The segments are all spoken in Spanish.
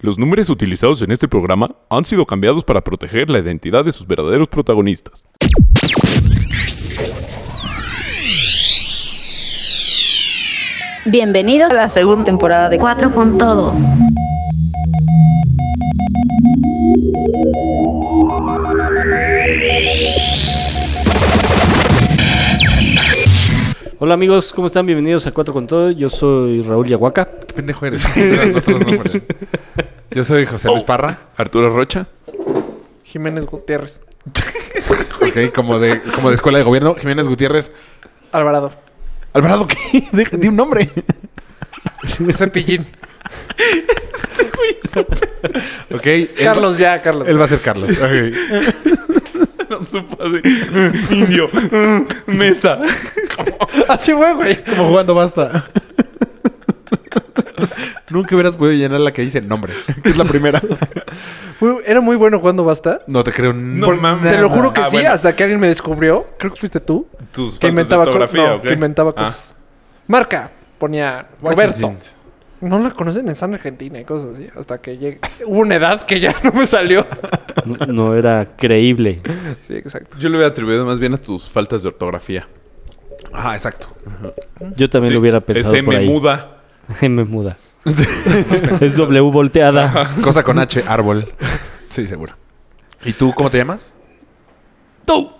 Los números utilizados en este programa han sido cambiados para proteger la identidad de sus verdaderos protagonistas. Bienvenidos a la segunda temporada de Cuatro con Todo. Hola amigos, ¿cómo están? Bienvenidos a Cuatro con Todo. Yo soy Raúl Yahuaca. ¿Qué pendejo eres? Estoy dando todos los nombres. Yo soy José Luis Parra. Arturo Rocha. Jiménez Gutiérrez. Ok, como de, como de escuela de gobierno. Jiménez Gutiérrez. Alvarado. Alvarado, ¿qué? De, de un nombre. Cepillín. Ok. él va- Carlos, ya, Carlos. Él va a ser Carlos. No supo así. Indio. Mesa. Así fue, güey. Como jugando basta. Nunca hubieras podido llenar la que dice nombre. Que es la primera. Muy- Era muy bueno cuando basta. No te creo. No Te lo juro que Ah, sí, bueno. hasta que alguien me descubrió. Creo que fuiste tú. Tus faltas Que de inventaba, co- ortografía, no, ¿o qué? que inventaba Ah. cosas. Marca. Ponía Roberto. No la conocen en San Argentina y cosas así. Hasta que llegue. Hubo una edad que ya no me salió. No, no era creíble. Sí, exacto. Yo le hubiera atribuido más bien a tus faltas de ortografía. Ah, exacto. Yo también Sí, lo hubiera pensado Es M por ahí. muda. M muda. es W volteada. Cosa con H, árbol. Sí, seguro. ¿Y tú cómo te llamas? Tú.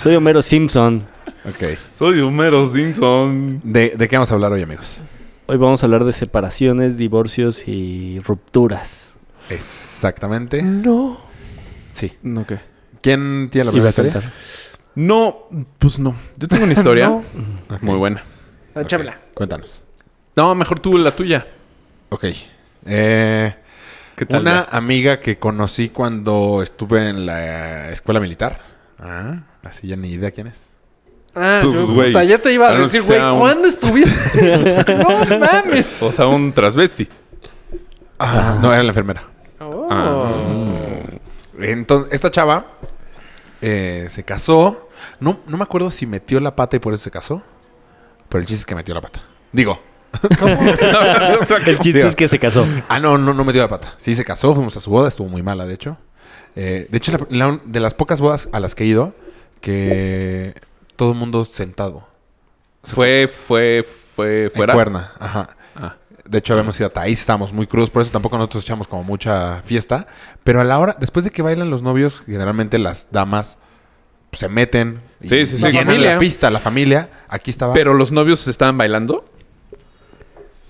Soy Homero Simpson. Ok. Soy Homero Simpson. ¿De, de qué vamos a hablar hoy, amigos? Hoy vamos a hablar de separaciones, divorcios y rupturas. Exactamente. No. Sí. ¿No qué? ¿Quién tiene la Iba primera a historia? cantar. No, pues no. Yo tengo una historia No. Ok. muy buena. La Ok, charla. Cuéntanos. No, mejor tú la tuya. Ok. Eh, ¿Qué tal? una ya? amiga que conocí cuando estuve en la escuela militar. Ah, así ya ni idea quién es. Ah, Pues, yo, güey, puta, ya te iba a a menos decir, que güey, sea un- ¿cuándo estuviste? no mames. O sea, un transvesti. Ah, no, era la enfermera. Oh. Entonces, esta chava eh, se casó. No, no me acuerdo si metió la pata y por eso se casó. Pero el chiste es que metió la pata. Digo. El chiste Digo, es que se casó. Ah, no, no, no metió la pata. Sí, se casó, fuimos a su boda, estuvo muy mala, de hecho. Eh, de hecho, la- la un- de las pocas bodas a las que he ido, que todo el mundo sentado. Fue, fue, fue, fuera. En cuerna, ajá. Ah. De hecho, habíamos ido a Taís, estábamos muy crudos, por eso tampoco nosotros echamos como mucha fiesta. Pero a la hora, después de que bailan los novios, generalmente las damas pues, se meten. y Sí, sí, sí. llenan La La, familia. pista, la familia. Aquí estaba. Pero los novios estaban bailando.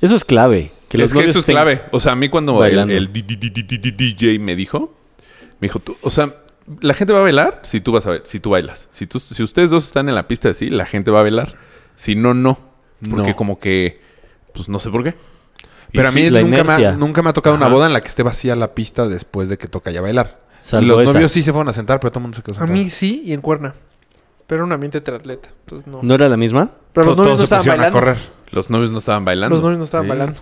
Eso es clave. Que los es que novios eso es tengan- clave. O sea, a mí cuando el, Bailando. el di- di- di- di- di- di- DJ me dijo, me dijo, tú, o sea, la gente va a bailar si tú vas a si tú bailas. Si tú, si ustedes dos están en la pista así, la gente va a bailar. Si no, no. Porque No. como que, pues no sé por qué. Y Pero a sí, mí la nunca me, ha, inercia. nunca me ha tocado una Ajá. boda en la que esté vacía la pista después de que toca ya bailar. Salvo los esa. novios sí se fueron a sentar, pero todo el mundo se quedó A sentado. mí sí y en cuerna. Pero era un ambiente triatleta. Entonces no. ¿No era la misma? Pero To- los novios no todos se estaban pusieron a bailando. correr. los novios no estaban bailando. Los novios no estaban Sí. bailando.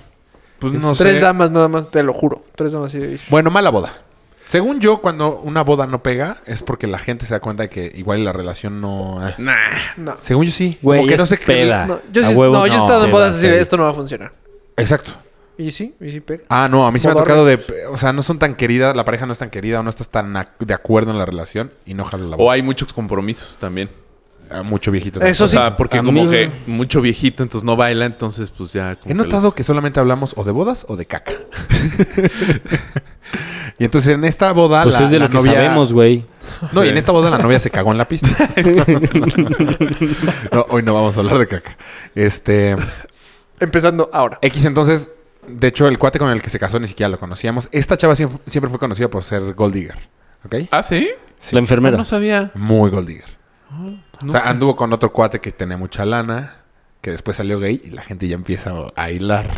Pues no Tres sé. damas nada más, te lo juro. Tres damas y de Bueno, mala boda. Según yo, cuando una boda no pega, es porque la gente se da cuenta de que igual la relación no. eh. Nah. No. Según yo sí. Güey, Como que es no sé qué- peda. No, yo, A sí- huevo, no, yo he no, estado en te bodas vas así a de ir. esto no va a funcionar. Exacto. Y sí, y sí pega. Ah, no, a mí sí me ha Modorra. tocado de. O sea, no son tan queridas, la pareja no es tan querida, o no estás tan ac- de acuerdo en la relación y no jala la O boda. hay muchos compromisos también. Ah, mucho viejito. Eso O sí. sea, porque A como mí- que mucho viejito, entonces no baila, entonces pues ya. como He notado los- que solamente hablamos o de bodas o de caca. y entonces en esta Ah, boda. Pues la, es de la lo que novia- sabemos, güey. No, y Sí. en esta boda la novia se cagó en la pista. No, hoy no vamos a hablar de caca. Este. Empezando ahora. X entonces, de hecho, el cuate con el que se casó ni siquiera lo conocíamos. Esta chava siempre, siempre fue conocida por ser gold digger. ¿Ok? Ah, sí. Ah, La enfermera. No sabía. Muy gold digger. Ah, O sea, anduvo con otro cuate que tenía mucha lana, que después salió gay y la gente ya empieza a hilar.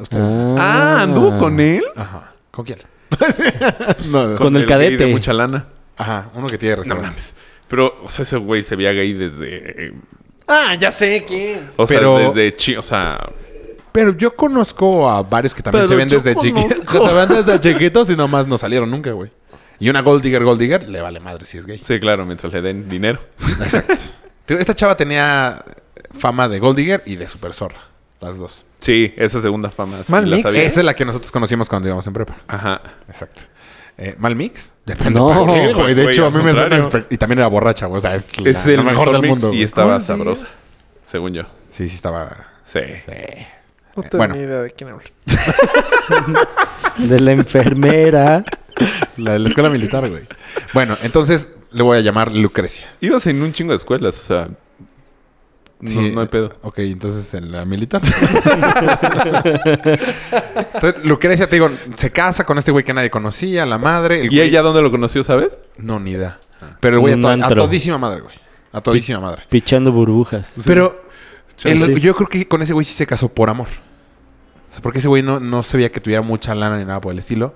¿Ustedes? Ah, anduvo con él. Ajá. ¿Con quién? No, no. Con el gay cadete. De mucha lana. Ajá, uno que tiene No mames. restaurantes. Pero, o sea, ese güey se veía gay desde. eh, Ah, ya sé quién. O Pero- sea, desde chi, o sea. Pero yo conozco a varios que también Pero se ven yo desde chiquitos. conozco. Se ven desde chiquitos y nomás no salieron nunca, güey. Y una gold digger, gold digger, le vale madre si es gay. Sí, claro, mientras le den dinero. Exacto. Te digo, Esta chava tenía fama de Gold Digger y de Super Zorra. Las dos. Sí, esa segunda fama. sí Mal la mix, sabía. ¿eh? Esa es la que nosotros conocimos cuando íbamos en prepa. Ajá. Exacto. Eh, ¿Mal mix? Depende. No, para qué, güey. De güey, hecho, a al mí me suena... contrario. espe- Y también era borracha, güey. O sea, es, la- Ese es el lo mejor, del mundo. Y güey. estaba sabrosa, según yo. Sí, sí estaba... Sí. Sí. No tengo Bueno. ni idea de quién habla. De la enfermera. La de la escuela militar, güey. Bueno, entonces le voy a llamar Lucrecia. Ibas en un chingo de escuelas, o sea. No, Sí, no hay pedo. Ok, entonces en la militar. entonces, Lucrecia, te digo, se casa con este güey que nadie conocía, la madre. El ¿Y güey- ella dónde lo conoció, sabes? No, ni idea. Pero el güey a, Un to- a antro. todísima madre, güey. A todísima madre. Pichando burbujas. Pero Chale. el- Sí. yo creo que con ese güey sí se casó por amor. O sea, porque ese güey no, no se veía que tuviera mucha lana ni nada por el estilo.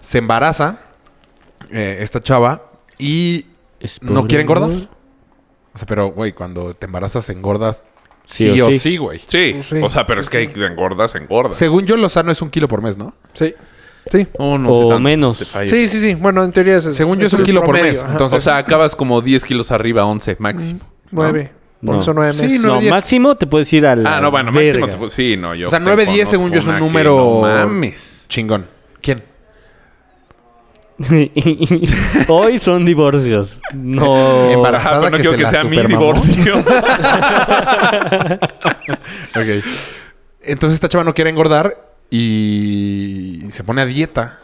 Se embaraza eh, esta chava y Es no pobre, quiere engordar. O sea, pero, güey, cuando te embarazas, engordas sí, Sí o o sí. sí, güey. Sí. Sí. O sea, pero es que hay que engordas, engordas. Según yo, lo sano es un kilo por mes, ¿no? Sí. Sí. No, no O sé tanto. menos. Te fallo. Sí, sí, sí. Bueno, en teoría es eso. Según yo es un el kilo por promedio, mes, ajá. entonces- Mm. O sea, acabas como 10 kilos arriba, 11 máximo. Nueve. No. Por eso nueve Sí, meses. nueve No, días. máximo te puedes ir al. Ah, no, bueno, máximo. te pu- sí, no, yo. O sea, te 9, 10 según yo es conozco un una que número- No mames. Chingón. ¿Quién? Hoy son divorcios. No. Embarazada. Ajá, pero no que quiero se que la sea mi supermamó. divorcio. Ok. Entonces esta chava no quiere engordar y se pone a dieta.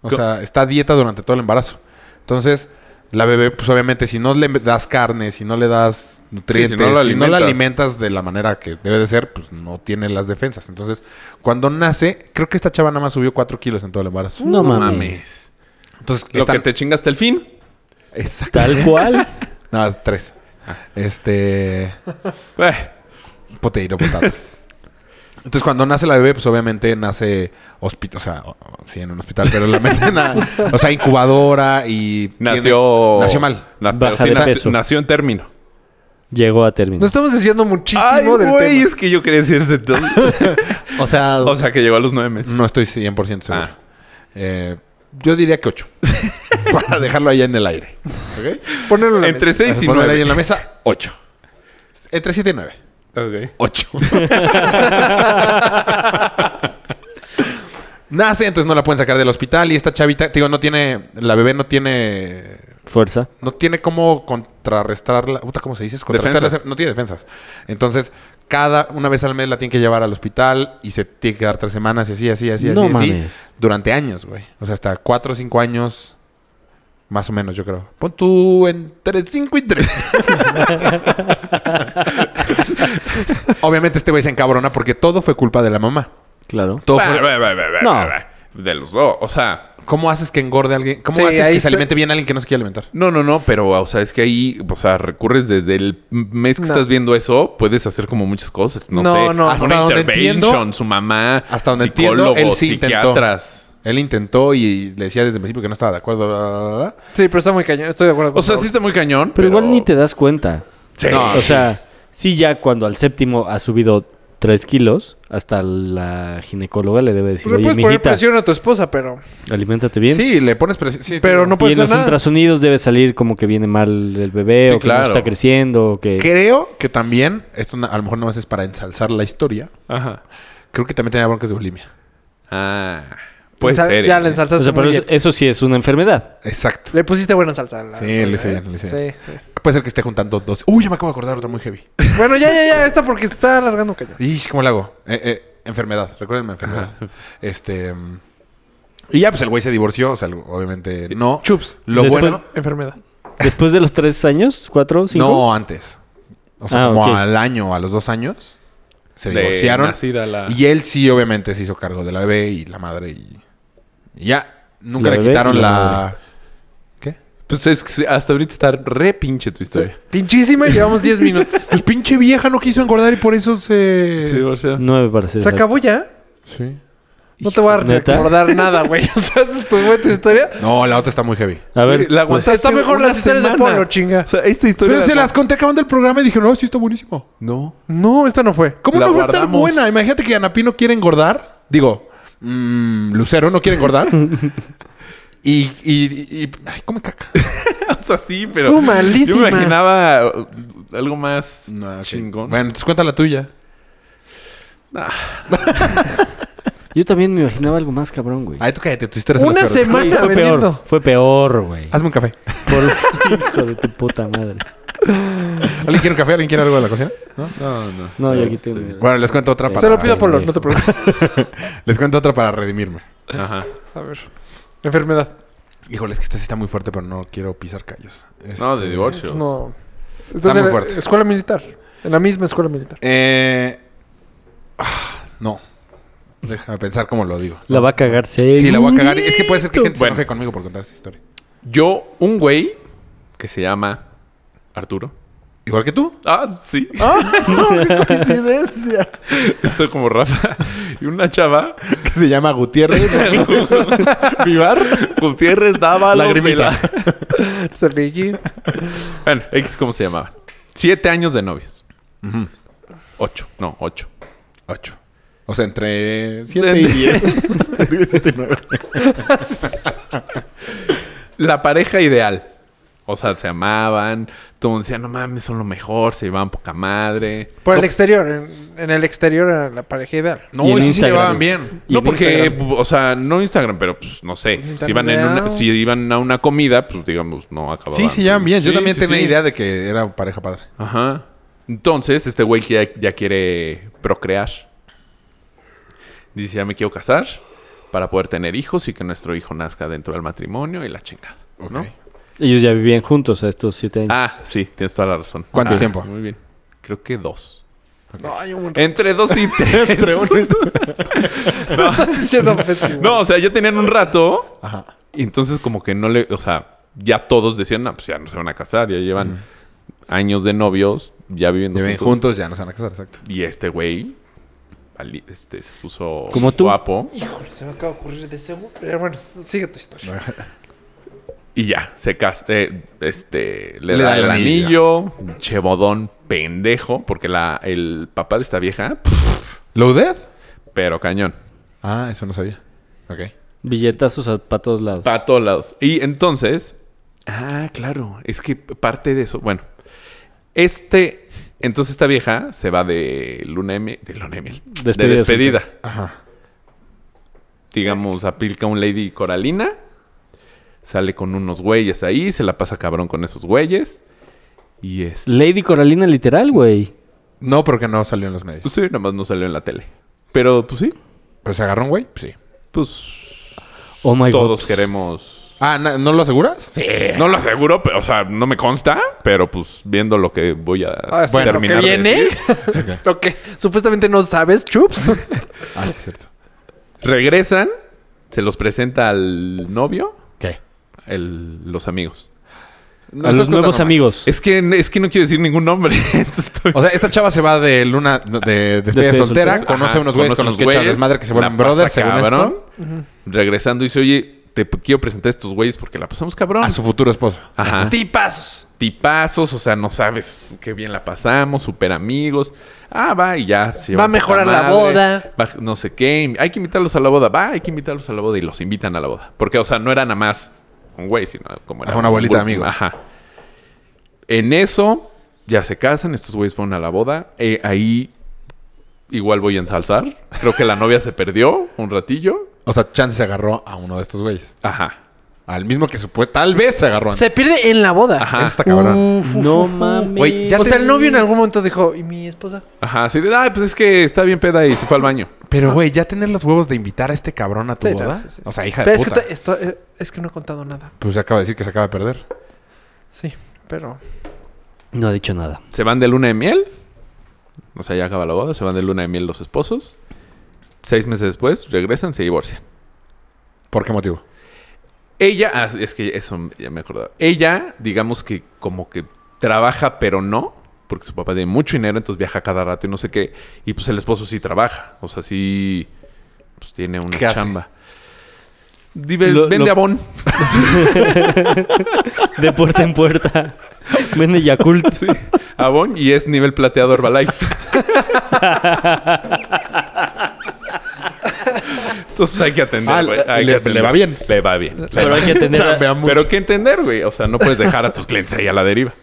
O Co- sea, está a dieta durante todo el embarazo. Entonces, la bebé, pues obviamente, si no le das carne, si no le das nutrientes, Sí, si no la si no la alimentas. alimentas de la manera que debe de ser, pues no tiene las defensas. Entonces, cuando nace, creo que esta chava nada más subió 4 kilos en todo el embarazo. No mames. Entonces, Lo que te chingaste al fin. Exacto. Tal cual. No, 3. Este... Eh, Potato, patatas. Entonces, cuando nace la bebé, pues obviamente nace hospital, o sea, o- o- sí, en un hospital, pero la meten a, o sea, incubadora y... Nació. nació mal. Na- Baja pero sí de nació- peso. Nació en término. Llegó a término. Nos estamos desviando Ay, muchísimo del güey, tema. es que yo quería decirse todo. O sea, o sea, que llegó a los nueve meses. no estoy 100% seguro. Ah. Eh, yo diría que 8. para dejarlo allá en el aire. Ponerlo en la Mm, Entre mesa. seis y Poner ahí nueve. en la mesa, Eh, 8. Entre 7 y 9. Ok. 8. Nace, entonces no la pueden sacar del hospital y esta chavita, te digo, no tiene, la bebé no tiene Fuerza. no tiene cómo contrarrestar la. puta, ¿Cómo se dice? Contrarrestar Defensas. las- no tiene defensas. Entonces, cada una vez al mes la tienen que llevar al hospital y se tiene que dar tres semanas y así, así, así, No así, así, mames. Durante años, güey. O sea, hasta cuatro o cinco años, más o menos, yo creo. Pon tú entre cinco y tres. Obviamente, este güey se encabrona porque todo fue culpa de la mamá. Claro. Todo Bah, fue- bah, bah, bah, bah, No. bah, bah. De los dos. O sea, ¿Cómo haces que engorde a alguien? ¿Cómo Sí, haces que ahí se está- alimente bien a alguien que no se quiere alimentar? no, no, no, pero, o sea, es que ahí, o sea, recurres desde el mes que No. estás viendo eso, puedes hacer como muchas cosas. No, No, sé, no. una Hasta donde intervention, entiendo- su mamá, Hasta donde psicólogos, entiendo, él sí intentó. psiquiatras. Él intentó y le decía desde el principio que no estaba de acuerdo. bla, bla, bla, bla. Sí, pero está muy cañón. Estoy de acuerdo con O sea, sí Raúl. está muy cañón. Pero, igual ni te das cuenta. Sí. No, o sea, sí ya cuando al séptimo ha subido 3 kilos, hasta la ginecóloga le debe Pues decir, le oye, puedes poner mijita, presión a tu esposa, pero... aliméntate bien. Sí, le pones presión. Sí, Pero te digo. no y puedes en los hacer nada. ultrasonidos debe salir como que viene mal el bebé Sí, o que claro. no está creciendo o que... Creo que también, esto na- a lo mejor no es para ensalzar la historia, Ajá. creo que también tenía broncas de bulimia. Ah, puede Ensal- ser. Ya ¿eh? le O ensalzaste sea, pero muy eso, bien. eso sí es una enfermedad. Exacto. Le pusiste buena salsa. a la- ¿eh? Sí, le hice bien, le hice bien. Sí, sí. Puede ser que esté juntando dos. Uy, ya me acabo de acordar otra muy heavy. Bueno, ya, ya, ya. Esta porque está alargando cañón. Ish, ¿cómo le hago? Eh, eh, enfermedad, recuérdenme enfermedad. Este. mm, Y ya, pues el güey se divorció, o sea, el- obviamente no. Chups. Lo Después- bueno. Enfermedad. Después de los tres años, cuatro, cinco... No, antes. O sea, Ah, como ok. al año, a los dos años, se De divorciaron. nacida la- Y él sí, obviamente, se hizo cargo de la bebé y la madre y... y ya. Nunca La le bebé quitaron y la la... ¿Qué? Pues es que hasta ahorita está re pinche tu historia. Pinchísima y llevamos 10 minutos. Pues pinche vieja no quiso engordar y por eso se... Se divorció. Nueve para ser Se exacto. acabó ya. Sí. No te voy a ¿Neta? recordar nada, güey. O sea, esa estuvo tu historia. No, la otra está muy heavy. A ver, La pues, aguantaste Está mejor una las historias de semana. Polo, chinga. O sea, esta historia... Pero la- se las conté acabando el programa y dije, no, sí está buenísimo. No. No, esta no fue. ¿Cómo La no va a estar guardamos. buena? Imagínate que Anapi no quiere engordar. Digo, mm, Lucero no quiere engordar. y, y, y- Ay, come caca. O sea, sí, pero. Tú malísima. Yo me imaginaba uh, algo más No, ok. chingón. Bueno, entonces cuenta la tuya. Yo también me imaginaba algo más cabrón, güey. Ay, tú cállate, tu historia Una peores. semana Güey, fue vendiendo. peor, fue peor, güey. Hazme un café. Por hijo de tu puta madre. ¿Alguien quiere un café? ¿Alguien quiere algo de la cocina? ¿No? No, no. No, yo aquí Este, tengo. mi- Bueno, les cuento otra para... Se lo pido a Polo, no te preocupes. Les cuento otra para redimirme. Ajá. A ver. Enfermedad. Híjole, es que esta sí está muy fuerte, pero no quiero pisar callos. No, de Este, divorcios. No. Está Estás muy en la fuerte. escuela militar. En la misma escuela militar. Eh... ah, no. Déjame pensar cómo lo digo. La va a cagar, Sí, la voy a cagar. Es que puede ser que gente Bueno. se enoje conmigo por contar esta historia. Yo, un güey que se llama Arturo. Igual que tú. Ah, sí. Coincidencia. Estoy como Rafa. Y una chava. que se llama Gutiérrez. Vivar. Gutiérrez daba Lagrimita. Servillín. Bueno, X, ¿cómo se llamaba? Siete años de novios. Ocho, no, ocho. Ocho. O sea, entre siete y diez. Entre siete y nueve. La pareja ideal. O sea, se amaban. Todo el mundo decía, no mames, son lo mejor. Se llevaban poca madre. Por el exterior. En, en el exterior era la pareja ideal. No, Y en y sí se Instagram. llevaban bien. Y No, en porque, Instagram. o sea, no Instagram, pero pues no sé. Instagram. Si iban, en una- si iban a una comida, pues digamos, no acababan. Sí, se llevan bien. Yo Sí, también sí, tenía sí. idea de que era pareja padre. Ajá. Entonces, este güey que ya, ya quiere procrear. Dice, ya me quiero casar para poder tener hijos y que nuestro hijo nazca dentro del matrimonio y la chingada. ¿no? Ok. Ellos ya vivían juntos a estos siete años. Ah, sí, tienes toda la razón. ¿Cuánto Ah, tiempo? Muy bien. Creo que dos. No, hay un Entre dos y tres. diciendo ofensivo. No, o sea, ya tenían un rato. Y entonces como que no le... O sea, ya todos decían, no, pues ya no se van a casar. Ya llevan años de novios, ya viviendo Lleven juntos. juntos, ya no se van a casar, exacto. Y este güey ali- este, se puso Como tú. guapo. Híjole, se me acaba de ocurrir de seguro. Pero bueno, sigue tu historia. Y ya, se cas eh, este, le, Le da, da el el anillo, chebodón pendejo, porque la, el papá de esta vieja, pf, ¿Loaded? pero cañón. Ah, eso no sabía. Ok. Billetazos para todos lados. Para todos lados. Y entonces. Ah, claro. Es que parte de eso. Bueno. Este. Entonces esta vieja se va de luna de miel. De luna de miel. Despedida, de despedida. Ajá. Pues. Digamos, aplica un Lady Coralina. Sale con unos güeyes ahí. Se la pasa cabrón con esos güeyes. Y es. Lady Coralina literal, güey. No, porque no salió en los medios. Pues sí, nada más no salió en la tele. Pero, pues sí. ¿Pero se agarró un güey? Pues sí. Pues Oh my god. pues. todos queremos. Ah, ¿no, no lo aseguras? Sí. No lo aseguro, pero, o sea, no me consta, pero pues viendo lo que voy a Ah, sí, lo que terminar de viene, decir. lo que supuestamente no sabes, chups. Ah, sí, es cierto. Regresan, se los presenta al novio, ¿Qué? el- los amigos. No A estás los nuevos contando mal. amigos. Es que, es que no quiero decir ningún nombre. entonces estoy- O sea, esta chava se va de luna de despedida Despedida soltera, soltera. conoce a unos Ajá, güeyes conoce con los unos que echan güeyes, desmadre que se la vuelven pasa brothers, según cabrón. esto, Regresando dice, oye, te p- quiero presentar a estos güeyes porque la pasamos cabrón. a su futuro esposo. Ajá. Tipazos. Tipazos, o sea, no sabes qué bien la pasamos, súper amigos. Ah, va, y ya. se Va a llevan mejorar poca la boda. va- no sé qué. Hay que invitarlos a la boda. Va, hay que invitarlos a la boda. Y los invitan a la boda. Porque, o sea, no era nada más un güey, sino como era... Ajá, una un bolita de grupo. amigos. Ajá. En eso, ya se casan. Estos güeyes fueron a la boda. Eh, ahí igual voy a ensalzar. Creo que la novia se perdió un ratillo. O sea, Chance se agarró a uno de estos güeyes. Ajá. Al mismo que supuestamente tal vez se agarró a Se pierde en la boda. Ajá. Eso está Uh. cabrón. No mames. Güey, ya o te- sea, el novio en algún momento dijo, ¿y mi esposa? Ajá. Así de, ay, pues es que está bien peda y se fue al baño. Pero, güey, ya tener los huevos de invitar a este cabrón a tu Sí, no, boda. sí, sí, sí. O sea, hija Pero de es que, puta. to- esto- eh, es que no he contado nada. Pues acaba de decir que se acaba de perder. Sí, pero... No ha dicho nada. Se van de luna de miel. O sea, ya acaba la boda. Se van de luna de miel los esposos. Seis meses después regresan, se divorcian. ¿Por qué motivo? Ella, ah, es que eso ya me acordaba. Ella, digamos que como que trabaja, pero no. Porque su papá tiene mucho dinero, entonces viaja cada rato y no sé qué. Y pues el esposo sí trabaja. O sea, sí. Pues tiene una ¿Qué hace? chamba. Dive- Lo- vende lo- abón. De puerta en puerta. Vende Yakult. Sí. Avon y es nivel plateado Herbalife. Entonces pues, hay que Ah, atender, güey. Hay le- que atender. le va bien. Le va bien. Pero hay que tener a, Chambea mucho. Pero que entender, güey. O sea, no puedes dejar a tus clientes ahí a la deriva.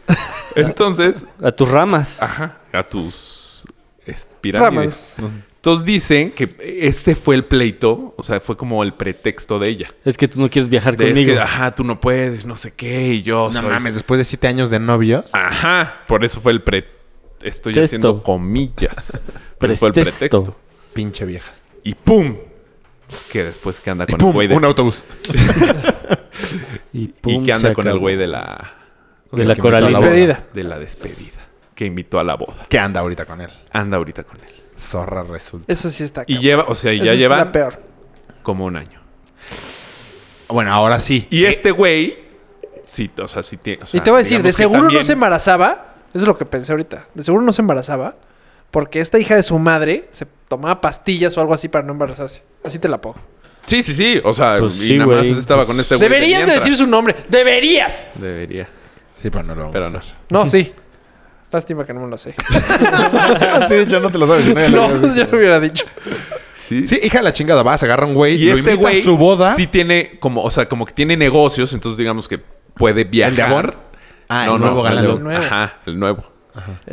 Entonces, a tus ramas. ajá, a tus es- pirámides. Ramas. Entonces dicen que ese fue el pleito, o sea, fue como el pretexto de ella. Es que tú no quieres viajar De, es conmigo. que, ah, ajá, tú no puedes, no sé qué, y yo No soy- mames, después de siete años de novios. Ajá, por eso fue el pre... Estoy Texto. haciendo comillas. Pero fue el Pretexto. pretexto. Pinche vieja. Y pum, que después que anda Y Ah, con pum, el güey de... un autobús. Y, Y pum, que anda se con el acabó. güey de la... De la que invitó a la coralina. boda. Despedida. De la despedida. Que invitó a la boda. ¿Qué anda ahorita con él? Anda ahorita con él. Zorra resulta. Eso sí está. Y cabrón. lleva, o sea, y Esa ya es lleva la peor. como un año. Bueno, ahora sí. Y este güey, sí, o sea, sí tiene. o sea, y te voy a decir, de digamos que seguro no también- se embarazaba. Eso es lo que pensé ahorita. De seguro no se embarazaba. Porque esta hija de su madre se tomaba pastillas o algo así para no embarazarse. Así te la pongo. Sí, sí, sí. O sea, Pues y sí, nada más güey. estaba con este güey. de Deberías de mientras. decir su nombre. ¡Deberías! Debería. Sí, pero no lo vamos Pero a no. hacer. No, sí. Lástima que no me lo sé. Ah, sí, de hecho, no te lo sabes. si no, ya lo no, hubieras yo dicho. lo hubiera dicho. Sí. Sí, hija de la chingada, vas, agarra un güey Y lo este invita a güey. su boda. Sí tiene como, o sea, como que tiene negocios, entonces digamos que puede viajar. Avon? Ah, el nuevo galán. de- El nuevo. Ajá, el nuevo.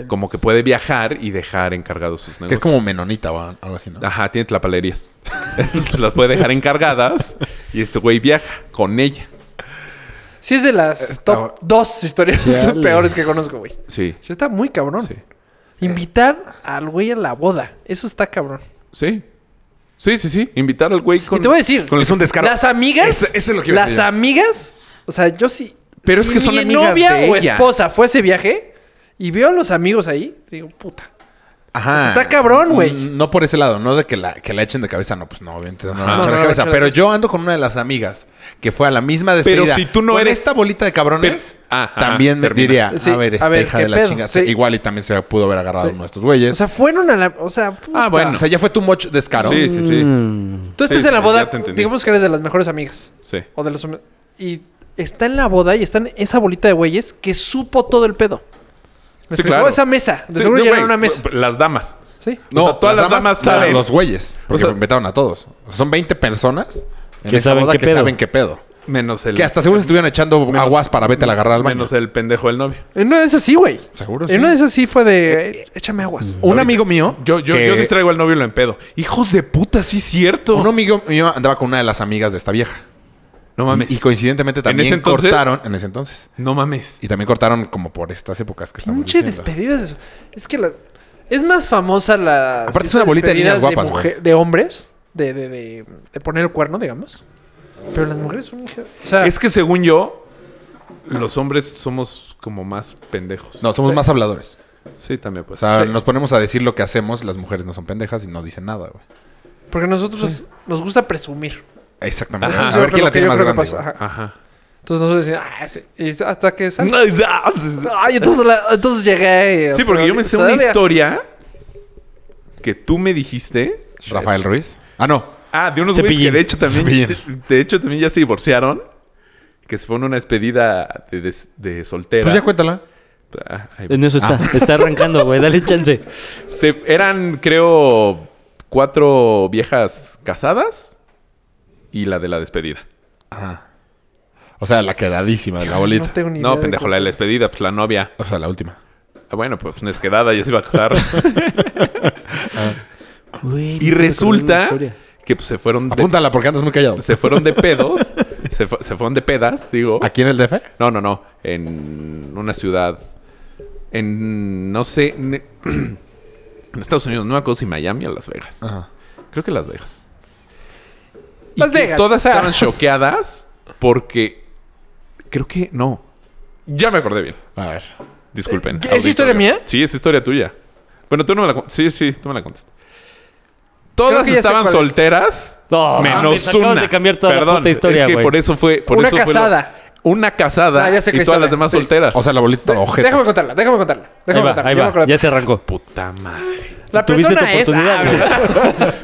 Como que puede viajar y dejar encargados sus negocios. Que es como menonita o algo así, ¿no? Ajá, tiene tlapalerías. Entonces pues, las puede dejar encargadas y este güey viaja con ella. Sí es de las Está- top dos historias Chale. peores que conozco, güey. Sí. Sí está muy cabrón. Sí. Invitar al güey a la boda. Eso está cabrón. Sí. Sí, sí, sí. Invitar al güey con. y te voy a decir, con- es un descaro. las amigas, Eso- eso es lo que iba a las decir yo. amigas, o sea, yo sí. Pero es si que son mi amigas novia de o ella. esposa fue a ese viaje y veo a los amigos ahí, digo, puta. Ajá. Pues Mm, Está cabrón, güey. No por ese lado, no de que la, que la echen de cabeza. No, pues no, obviamente no la van a Ajá. echar de No, no la van a cabeza. echar de Pero cabeza. yo ando con una de las amigas que fue a la misma despedida. Pero si tú no con eres- esta bolita de cabrones, Pero- ah, Ajá, también me termina. diría, Sí, a ver, a esta ver, hija ¿qué de la pedo? chingada. Sí. Igual y también se pudo haber agarrado Sí. uno de estos güeyes. O sea, fueron a la, o sea, puta. Ah, bueno. O sea, ya fue tu mocho descaro. Sí, sí, sí. Mm. Tú estás Sí, en la ya boda, te entendí. digamos que eres de las mejores amigas Sí. o de los hom- y está en la boda y están esa bolita de güeyes que supo todo el pedo. ¿Me Sí, explicó? claro. Esa mesa, de Sí, seguro no, ya era güey, una mesa. p- Las damas. Sí. O sea, todas las damas no, saben. Los güeyes. Porque sea- invitaron a todos. O sea, son 20 personas en Que esa saben boda qué que pedo. saben qué pedo. Menos el. Que hasta seguro se estuvieron echando menos- aguas para vete a agarrar al baño. Menos el pendejo del novio. En una de esas sí, güey. Seguro mm, En una de esas sí fue de eh, échame aguas. Un amigo mío. Yo, yo, que- yo distraigo al novio y lo empedo. Hijos de puta, sí es cierto. Un amigo mío andaba con una de las amigas de esta vieja. no mames. Y, y coincidentemente también ese entonces? cortaron. En ese entonces. no mames. Y también cortaron como por estas épocas que estamos Pinche diciendo. despedidas. eso. Es que la- es más famosa la. Aparte es una bolita de niñas guapas, güey. De hombres, de, de, de, de poner el cuerno, digamos. Pero las mujeres son hijas. O sea, Es que según yo, los hombres somos como más pendejos. No, somos Sí. más habladores. Sí, también pues. O sea, Sí. nos ponemos a decir lo que hacemos. Las mujeres no son pendejas y no dicen nada, güey. porque nosotros nos gusta presumir. Exactamente. Ajá. A ver quién la tiene más grande. güey. Ajá. Entonces nosotros decimos, ah, sí. Y hasta que sale. Sí, Ay, entonces, la- entonces llegué. o sea, porque yo me sé sale una a- historia que tú me dijiste. Rafael Ruiz. Ah, no. Ah, de unos güeyes Cepillín. que de hecho también. Cepillín. De hecho, también ya se divorciaron. Que se fue en una despedida de, des- de soltera. Pues ya cuéntala. Ah, ahí va. En eso está. Está arrancando, güey. Dale chance. Se- eran, creo, cuatro viejas casadas y la de la despedida. Ajá. O sea, la quedadísima de la bolita. No tengo ni idea. no, de pendejo, cómo- la de la despedida, pues la novia. O sea, la última. Ah, Bueno, pues no es quedada, ya se iba a casar. Güey, me recordé y una resulta historia. que pues, se fueron de, Apúntala porque andas muy callado. se fueron de pedos, se, fu- se fueron de pedas, digo. ¿Aquí en el DF? No, no, no, en una ciudad en no sé, en, en Estados Unidos, no me acuerdo si Miami o Las Vegas. Ajá. Creo que Las Vegas. Las que Vegas, o Todas sea. estaban choqueadas porque creo que no. Ya me acordé bien. A ver. Disculpen. ¿Es historia mía? Sí, es historia tuya. Bueno, tú no me la con- Sí, sí, tú me la contestas. Creo Todas que ya sé estaban cuál es. solteras. No, menos mames, Ah, acabas una. de cambiar toda la Perdón, puta historia, Es que güey. por eso fue. por Una eso fue lo- casada. una casada. Ah, ya sé y qué todas las historia. demás Sí. solteras. Oh, O sea, la bolita estaba ojete. Déjame contarla, déjame contarla. Ahí Déjame va, contarla. ahí ya me va. acordé. Ya se arrancó. puta madre. La Tuviste tu persona es. oportunidad, ah,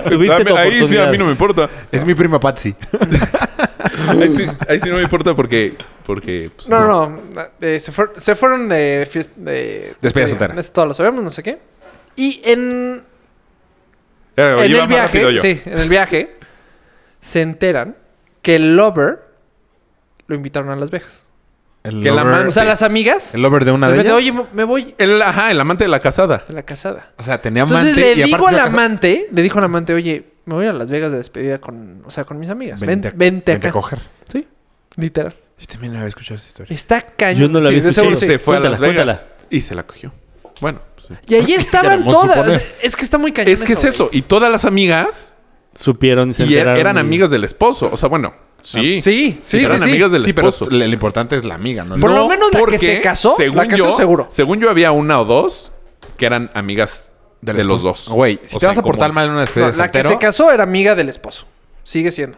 güey. Tuviste Dame- tu ahí sí, oportunidad. a mí no me importa. Es mi prima Patsy. Ahí sí, ahí sí no me importa porque. porque pues, No, no, no. eh, se, fuer- se fueron de fiesta. De, Despedida de- soltera. Eso todos lo sabemos, no sé qué. Y en, Ya, en iba el más rápido viaje. yo. Sí, en el viaje. se enteran que el lover lo invitaron a Las Vegas. El Que la man- O sea, las amigas. El lover de una de de repente, ellas. oye, me- me voy El, ajá, el amante de la casada. a la casada. o sea, tenía amante. Entonces y le digo aparte al se va a casar. amante, le dijo al amante, oye, me voy a Las Vegas de despedida con, o sea, con mis amigas. Ven- Vente, Vente, vente, acá. a coger. Sí, literal. Yo también había escuchado esa historia. Está cañón. Yo no la Sí, había de escuchado. seguro se sí. fue Cuéntala, a Las Vegas cuéntala. y se la cogió. Bueno, pues, sí. Y allí estaban Queremos todas. suponer. O sea, es que está muy cañón. es que es güey. eso. Y todas las amigas Supieron y se y er- enteraron. eran y- amigas del esposo. O sea, bueno, sí. Sí, sí, sí. eran sí. amigas del sí, pero esposo. lo importante es la amiga, ¿no? Por No, lo menos la que se casó, la casó yo, seguro. Según yo había una o dos que eran amigas de, del los dos. esposo. Güey, si te O sea, vas a como- portar mal en una despedida No, de la que soltero, se casó era amiga del esposo. Sigue siendo.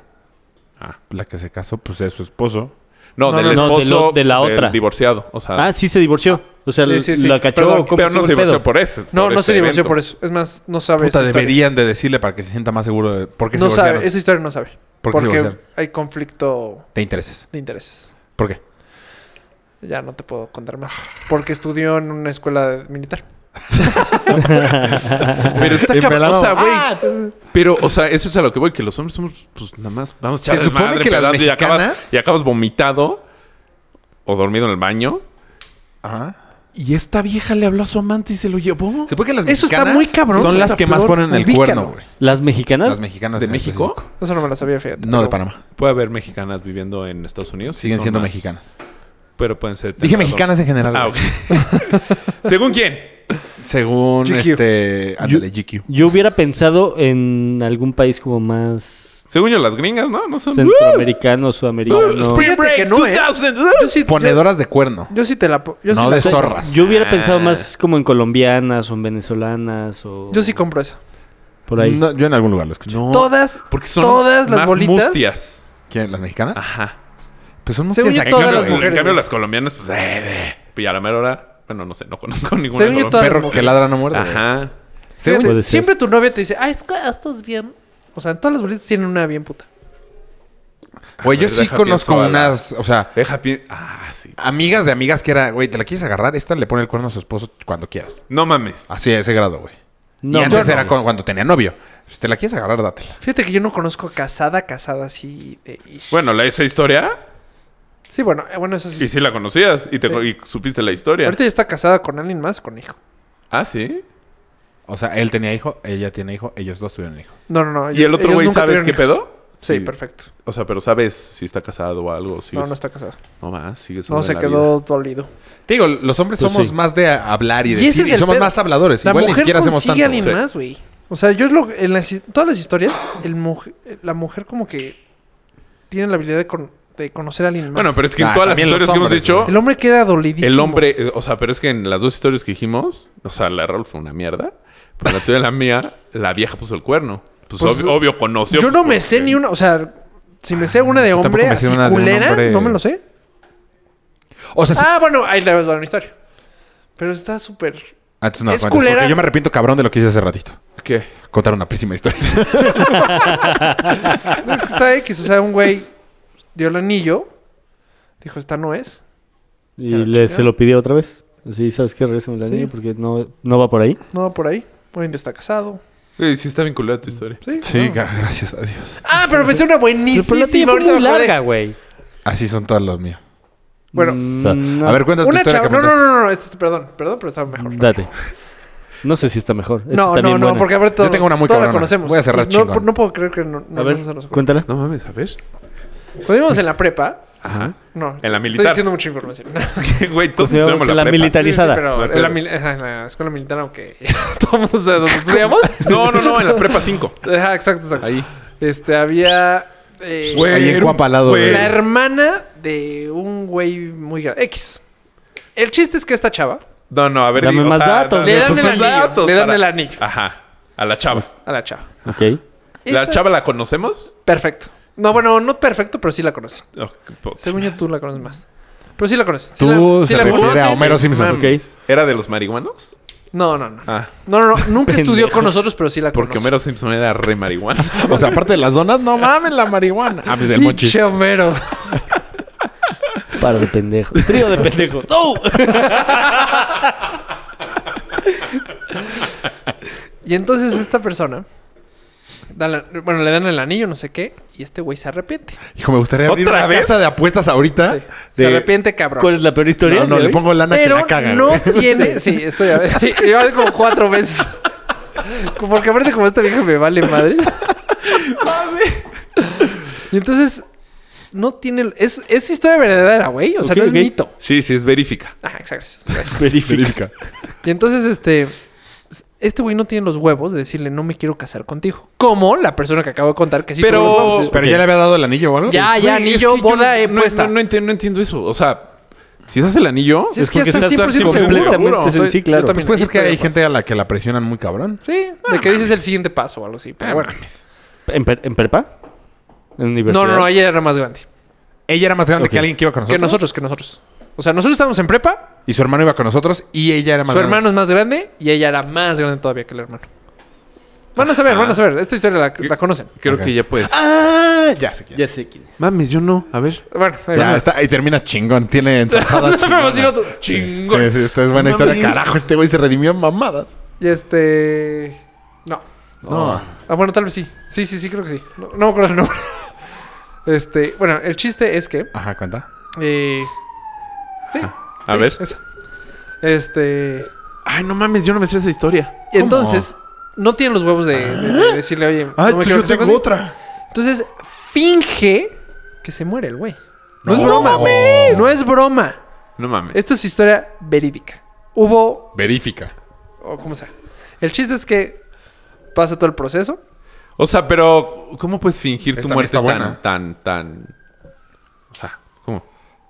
la que se casó, pues es su esposo. No, No, del no, no, de esposo lo- de la del otra. divorciado. O sea, Ah, sí, se divorció. O sea, Sí, sí, sí. la cachó. Perdón, ¿cómo pero no estuvo se el pedo? divorció por eso. No, por no ese se divorció evento. por eso. Es más, no este sabe. Puta, esta historia. deberían de decirle para que se sienta más seguro de por qué se No divorciaron. sabe. Esa historia no sabe. ¿Por qué se porque divorciaron? hay conflicto Te intereses. de intereses. ¿Por qué? Ya no te puedo contar más. Porque estudió en una escuela militar. Pero está En cabrón, velado. o sea, Ah, güey. pero, o sea, eso es a lo que voy, que los hombres somos, pues nada más, vamos a echar Se supone desmadre, que las pedando, y, acabas, mexicanas- y acabas vomitado o dormido en el baño. Ajá. Y esta vieja le habló a su amante y se lo llevó. Se puede que las Eso está mexicanas muy cabrón. son Eso las está que más peor. ponen el Ubícalo. cuerno, güey. ¿Las mexicanas? Las mexicanas. ¿De en México? específico. Eso no me la sabía, fíjate. No, de pero- Panamá. Puede haber mexicanas viviendo en Estados Unidos. Siguen Son siendo más- mexicanas. Pero pueden ser. Dije tentadoras. mexicanas en general. Ah, ok. güey. ¿Según quién? Según GQ. este. Ándale, GQ. Yo hubiera pensado en algún país como más Según yo, las gringas, ¿no? No son. Uh, centroamericano, sudamericano. Spring Fíjate que Break uh, no, ¿eh? 2000. Yo sí, yo, Ponedoras de cuerno. yo sí te la. po- Yo, No sí la de compro. zorras. Yo hubiera pensado Ah. más como en colombianas o en venezolanas o Yo sí compro eso. por ahí. No, yo en algún lugar lo escuché. No, Todas. porque son todas las más bolitas. mustias. ¿Quién? ¿Las mexicanas? Ajá. Pues son Según yo, mujeres acá, todas en las cambio, mujeres, En cambio, güey. las colombianas, pues, eh, eh. Y a la mera hora, bueno, no sé, no conozco ninguna. Según yo, colombiana. todas las Perro que mujeres. ladra no muerde. güey. Ajá. Según Fíjate, yo- Puede ser. siempre tu novio te dice, ah, es que estás bien. O sea, todas las bolitas tienen una bien puta. Güey, yo A ver, sí deja conozco pienso a la- unas. O sea, Deja pie. Ah, sí. amigas de amigas que era, güey, ¿te la quieres agarrar? Esta le pone el cuerno a su esposo cuando quieras. No mames. Así, a ese grado, güey. No, y antes yo era no. cu- cuando tenía novio. Si te la quieres agarrar, dátela. Fíjate que yo no conozco casada, casada así de... Bueno, la, esa historia, Sí, bueno, eh, bueno, eso sí. y sí la conocías, y, te, y supiste la historia. Ahorita ya está casada con alguien más, con hijo. Ah, sí. O sea, él tenía hijo, ella tiene hijo, ellos dos tuvieron hijo. No, no, no. ¿Y el otro ellos güey nunca sabes tuvieron qué hijos. pedo? Sí, Sí. perfecto. O sea, pero sabes si está casado o algo. Si No, no está casado. No más, sigue No, solo en se la quedó dolido. Te digo, los hombres Pues somos sí. más de a- hablar y Y decir. ese es y el somos pedo. más habladores. La pues, Igual ni mujer siquiera hacemos consigue tanto. a alguien Sí. más, güey. O sea, yo es lo, en las, hi- todas las historias, el mujer, la mujer como que tiene la habilidad de, con- de conocer a alguien más. Bueno, pero es que Ah, en todas las también los historias hombres, que hemos El dicho, hombre queda dolidísimo. el hombre, eh, o sea, pero es que en las dos historias que dijimos, o sea, la de Raúl fue una mierda, pero la tuya y la mía, la vieja puso el cuerno. Pues, Pues, obvio, obvio conoció. Yo pues, no me porque- sé ni una, o sea, si me sé una de yo tampoco hombre me sé así una de un culera, hombre- no me lo sé. O sea, sí- Ah, bueno, ahí la ves una historia. Pero está súper. Ah, entonces no, es cuentes, culera. porque yo me arrepiento cabrón de lo que hice hace ratito. ¿Qué? Contar una pésima historia. No, es que está X, o sea, un güey dio el anillo, dijo, esta no es. Y Pero le, chido. se lo pidió otra vez. Sí, ¿sabes qué? Regrésame el Sí. anillo porque no, no va por ahí. No va por ahí. Hoy en día está casado. Güey, sí está vinculada a tu historia. Sí. sí, no. gra- gracias a Dios. Ah, pero pensé una buenísima. ahorita me acordé. güey. Así son todas las mías. Bueno, O sea, Mm, A ver, cuéntate tu una historia chava. que No, no, contaste. no, no, este- perdón, perdón, pero estaba mejor. Date. No sé si está mejor. Esta este no, está no, bien no, buena. porque ahorita. Yo tengo una muy todos la cabrona. conocemos. Pues Voy a cerrar no, chingón. no puedo creer que no. no A ver, no se nos ocurre. cuéntala. No mames, a ver. Cuando íbamos en la prepa. Ajá. No. En la Estoy militar. diciendo mucha información. Güey, todos Nos llevamos tenemos la, en la prepa. militar. Militarizada. Sí, sí, pero No, en, pero- la mil- ajá, en la escuela militar, aunque todo el mundo sabe dónde estudiamos. No, no, no, en la prepa 5. Ajá, exacto, exacto. Ahí. Este, había. eh, Güey, Ahí en Cuapa al lado, güey. la hermana de un güey muy grande. X. El chiste es que esta chava No, no, a ver. Dame di- o más sea, Ah, datos, le dame- dan pues el son anillo, datos le dan para- el anillo. Ajá. A la chava. a la chava. Ok. ¿La Esta- chava la conocemos? Perfecto. No, bueno, no perfecto, pero sí la conoces. Oh, qué puta. Según yo, tú la conoces más. Pero sí la conoces. Tú Sí la- sí se la refiere conoces. a Homero Simpson. Mames. Ah, Ok. ¿Era de los marihuanos? No, no, no. Ah. No, no, no. Nunca estudió con nosotros, pero sí la conoce. Porque Homero Simpson era re marihuana. O sea, aparte de las donas, no mames la marihuana. Ah, pues del mochis. Pinche Homero. Para de pendejo. Trío de pendejos. ¡No! Y entonces esta persona da la- bueno, le dan el anillo, no sé qué, y este güey se arrepiente. Hijo, me gustaría abrir ¿Otra una vez? casa de apuestas ahorita. Sí. Se de- arrepiente, cabrón. ¿Cuál es la peor historia? No, no, de le hoy? pongo lana que la caga. no güey. tiene. Sí, estoy a ver. Sí, yo como cuatro veces. Porque aparte, como esta vieja me vale madre. y entonces, no tiene. Es, es historia verdadera, güey. O sea, Ok, no es ok. mito. Sí, sí, es verifica. Ajá, exacto. Verifica. Y entonces, este. Este güey no tiene los huevos de decirle, no me quiero casar contigo. Como la persona que acabo de contar que sí. Pero- tuvo los huevos. Pero Ok. ya le había dado el anillo o algo. Ya, Güey, ya, es anillo, que yo boda, eh, no, puesta. no, no entiendo, no entiendo eso. O sea, si das el anillo, Sí, es, Es que ya porque está estás 100% seguro. completamente sen- Estoy- sí, claro. yo Pues también- puede ser que estoy de hay acuerdo. gente a la que la presionan muy cabrón. Sí, de que dices el siguiente paso o algo así. Pero Ah, bueno. mames. ¿En, pre- en prepa? ¿En universidad? No, no, no, ella era más grande. Ella era más grande Ok. que alguien que iba con Que nosotros. nosotros, que nosotros. O sea, nosotros estábamos en prepa, Y su hermano iba con nosotros y ella era más su grande. hermano es más grande y ella era más grande todavía que el hermano. Van a saber, Ajá. van Ah. a saber. Esta historia la, la conocen. Creo Ok. que ya puedes. Ah, ya sé quién. Ya sé quién es. Mames, yo no. A ver. Bueno, ahí Ya va. está, y termina chingón. Tiene ensalzada Pero chingona. vamos a ir otro- Sí, Chingón. Sí, sí, esta es buena historia. Carajo, este güey se redimió en mamadas. Y este. No. No. Ah, bueno, tal vez sí. Sí, sí, sí, creo que sí. No, no me acuerdo el nombre. Este, bueno, el chiste es que. Ajá, cuenta. eh, Ah, sí. A sí, ver. esa. Este. Ay, no mames, yo no me sé esa historia. Y entonces, no tiene los huevos de, de- de decirle, oye, Ah, no me pues yo quiero casar tengo contigo. otra. Entonces, finge que se muere el güey. No, es No broma. mames. No es broma. No mames. Esto es historia verídica. Hubo. Verifica. o ¿Cómo sea? El chiste es que pasa todo el proceso. O sea, pero ¿cómo puedes fingir tu Esta muerte está buena. tan, tan, tan? O sea, ¿cómo?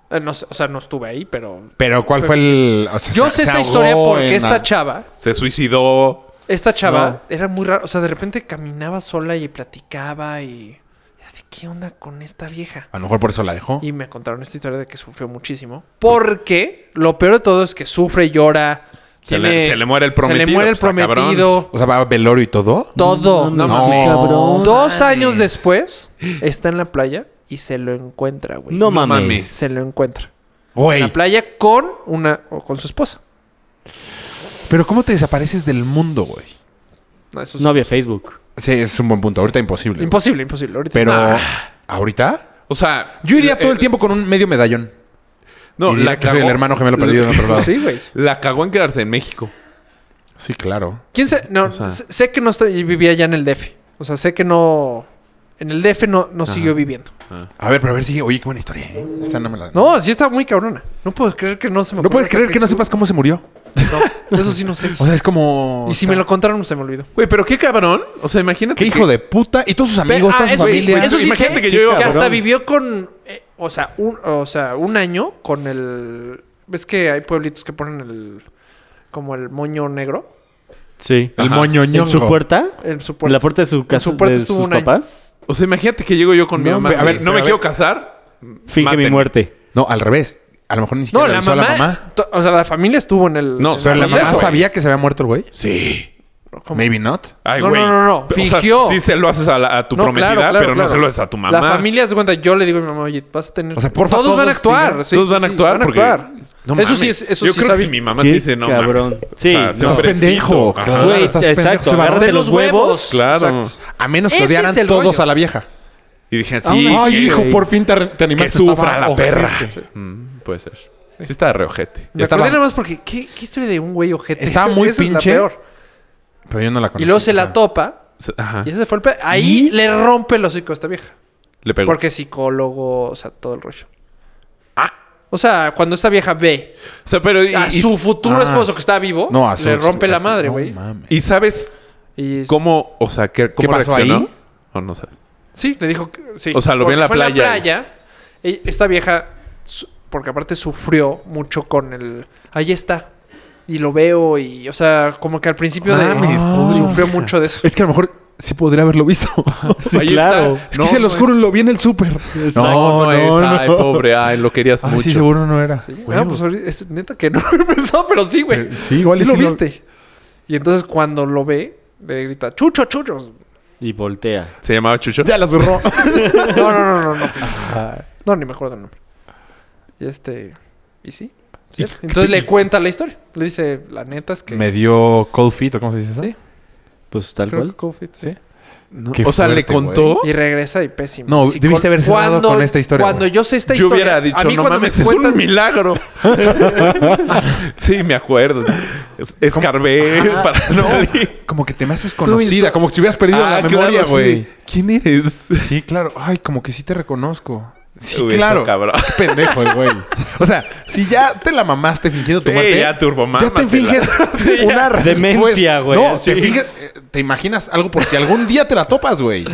Eh, no sé, o sea, no estuve ahí, pero. Pero ¿cuál fue el...? o sea, Yo se- sé se esta ahogó historia en porque esta la- chava. Se suicidó. Esta No. chava era muy rara. O sea, de repente caminaba sola y platicaba y. Era de qué onda con esta vieja. Ah, A lo mejor por eso la dejó. Y me contaron esta historia de que sufrió muchísimo. Porque lo peor de todo es que sufre, llora. Se le- tiene- se le muere el Se prometido, le muere el pues, está cabrón. prometido. O sea, va a velorio y todo. Todo. No, No mames, mames. cabrón. Dos años después está en la playa y se lo encuentra, güey. No No mames. mames. Se lo encuentra. En Güey, la playa con una o con su esposa. pero ¿cómo te desapareces del mundo, güey? No, eso es No había Facebook. Sí, es un buen punto. Ahorita imposible. güey. imposible, Ah. imposible. Ahorita Pero... no. ¿Ahorita? O sea, Yo iría todo el eh, tiempo con un medio medallón. No, Y diría la que soy el cagó- hermano gemelo perdido en otro lado. Sí, güey. La cagó en quedarse en México. Sí, claro. ¿Quién se no, O sea- sé- sé que no está- vivía ya en el DF. O sea, sé que no en el DF no, no siguió viviendo. A ver, pero a ver si... Oye, qué buena historia. ¿eh? Esta no me la... No, sí está muy cabrona. No puedo creer que no se me No ocurrió puedes hasta creer que no sepas cómo se murió. No, eso sí no sé. O sea, es como... y si me lo contaron se me olvidó. Güey, pero qué cabrón. O sea, imagínate. Qué hijo de puta. Y todos sus amigos, Ah, toda su eso sí, familia. eso sí Imagínate sé que yo iba- que hasta cabrón. vivió con eh, o sea, un o sea, un año con el ves que hay pueblitos que ponen el como el moño negro Sí. El Ajá. moñoñongo. ¿En su puerta? en su ¿En puerta. la puerta de su casa su puerta de estuvo sus un año. papás? O sea, imagínate que llego yo con mi No, mamá. pero, a sí, ver, no pero, me a quiero ver. casar. Finge Mátenme. mi muerte. No, al revés. A lo mejor ni no, siquiera la avisó mamá, a la mamá. to- o sea, la familia estuvo en el No, en o O sea, el la mamá proceso. sabía que se había muerto el güey. Sí. ¿Cómo? Maybe not. Ay, No, güey. no, no, no. Pero, o sea, Fingió. sí se lo haces a, la- a tu No, prometida, claro, claro, pero no claro. se lo haces a tu mamá. La familia se cuenta, yo le digo a mi mamá, oye, vas a tener. O sea, porfa, todos, van a todos actuar. digan- sí, Todos van a sí, actuar porque. eso No mames. sí, es, eso Yo sí creo que sabía. si mi mamá Qué sí dice no cabrón. mames. Sí, sé no. Estás hombrecito, pendejo. ajá. Claro, Güey, estás exacto, pendejo. Se agárrate agarró De de los los... huevos. Claro. A menos que Ese odiaran es el todos rollo. a la vieja. Y Ah, dije, sí, Aún así, que- Ay, hijo, güey. por fin te, te que animaste. sufra Estaba la ojete. perra. Mm, puede ser. Sí está de reojete. Me Estaba- acordé nada más porque, ¿qué, qué historia de un güey ojete? Estaba muy Esa es la pinche. peor. Pero yo no la conocí. Y luego se o la sea. topa. Ajá. Y ese fue el pe- Ahí ¿Y? le rompe el hocico a esta vieja. Le pegó. Porque psicólogo, o sea, todo el rollo. Ah. O sea, cuando esta vieja ve O sea, pero. Y, a y- su futuro ah, esposo que está vivo, No, a su- le rompe la a su- madre, no güey. mames. y sabes y cómo. O sea, ¿qué, cómo pasó reaccionó? ahí? O no sabes. Sí, le dijo que sí. O sea, lo vi en Porque la fue playa. e- Esta vieja, su- porque aparte sufrió mucho con el. Ahí está. Y lo veo y, o sea, como que al principio de, Ah. Mames, pobre sufrió vieja. mucho de eso. Es que a lo mejor sí podría haberlo visto. Sí, Ahí claro. está. Es No, que se los no juro, lo vi en el súper. Exacto. No, no, es. no, Ay, no. pobre. Ay, lo querías Ah, mucho. sí, seguro no era. Sí, Huevos. ah, pues, ahorita- es neta que no lo pensó, pero sí, güey. Eh, sí, igual sí y lo sí lo- viste. Y entonces cuando lo ve, le grita, chucho, chucho. Y voltea. Se llamaba Chucho. Ya las borró. No, no, no, no, no. No, ni me acuerdo el nombre. Y este. Y sí. sí. Entonces le cuenta la historia. Le dice, la neta es que. Me dio cold feet, ¿o cómo se dice eso? Sí. Pues tal Creo cual. que Covid, sí. Sí. No, Qué o sea, fuerte, le contó. Y regresa y pésimo. No, Si debiste haber cerrado con esta historia, Cuando güey. yo sé esta Yo historia. hubiera dicho, a mí no cuando me mames, es cuentan- un milagro. sí, me acuerdo. Es- Escarbé para salir. Como que te me haces conocida, inso- como si hubieras perdido Ah, la claro, memoria, sí. güey. ¿Quién eres? Sí, claro. Ay, como que sí te reconozco. Sí, Uy, está claro. cabrón. Qué pendejo el güey. O sea, si ya te la mamaste fingiendo tu Sí, muerte. ya turbomámatela. Ya te finges Sí, ya. una respuesta. Demencia, güey, No, así. te finges- eh, te imaginas algo por si algún día te la topas, güey.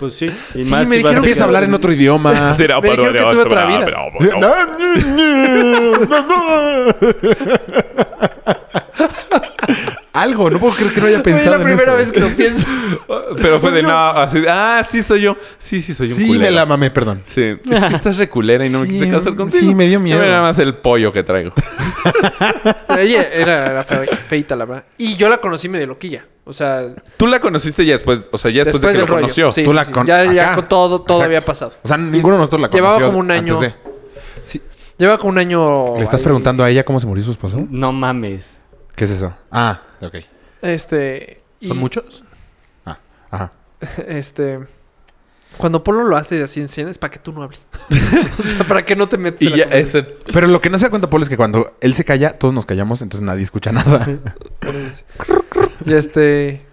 Pues sí. Y Sí, más me si vas dijeron Empieza a hablar en otro idioma. Será me dijeron que para- tuve otra vida. Bravo, bravo. Algo, no puedo creer que no haya Güey, pensado Es la primera vez que lo pienso. Pero fue de no, así de, ah, sí soy yo. Sí, sí soy un Sí, culero. me la mamé, perdón. Sí, es que estás reculera y no me Sí, quise casar sí, contigo. me dio miedo. Era nada más el pollo que traigo. Oye, era, era fe- feita, la verdad. Y yo la conocí medio loquilla. O sea, Tú la conociste ya después, o sea, ya después, Después de del que lo rollo, conoció. sí. Tú la con- Ya- ya acá. con todo- todo había pasado. O sea, ninguno de nosotros la conoció. Llevaba como un año. antes de- lleva como un año. ¿Le estás ahí. preguntando a ella cómo se murió su esposo? Mm. No mames. ¿Qué es eso? Ah, ok. Este. y- ¿Son muchos? Ah, ajá. Este. Cuando Polo lo hace así en cena es para que tú no hables. o sea, para que no te metas. en Y la ya conversación. ese. Pero lo que no se da cuenta, Paul, es que cuando él se calla, todos nos callamos, entonces nadie escucha nada. Y este.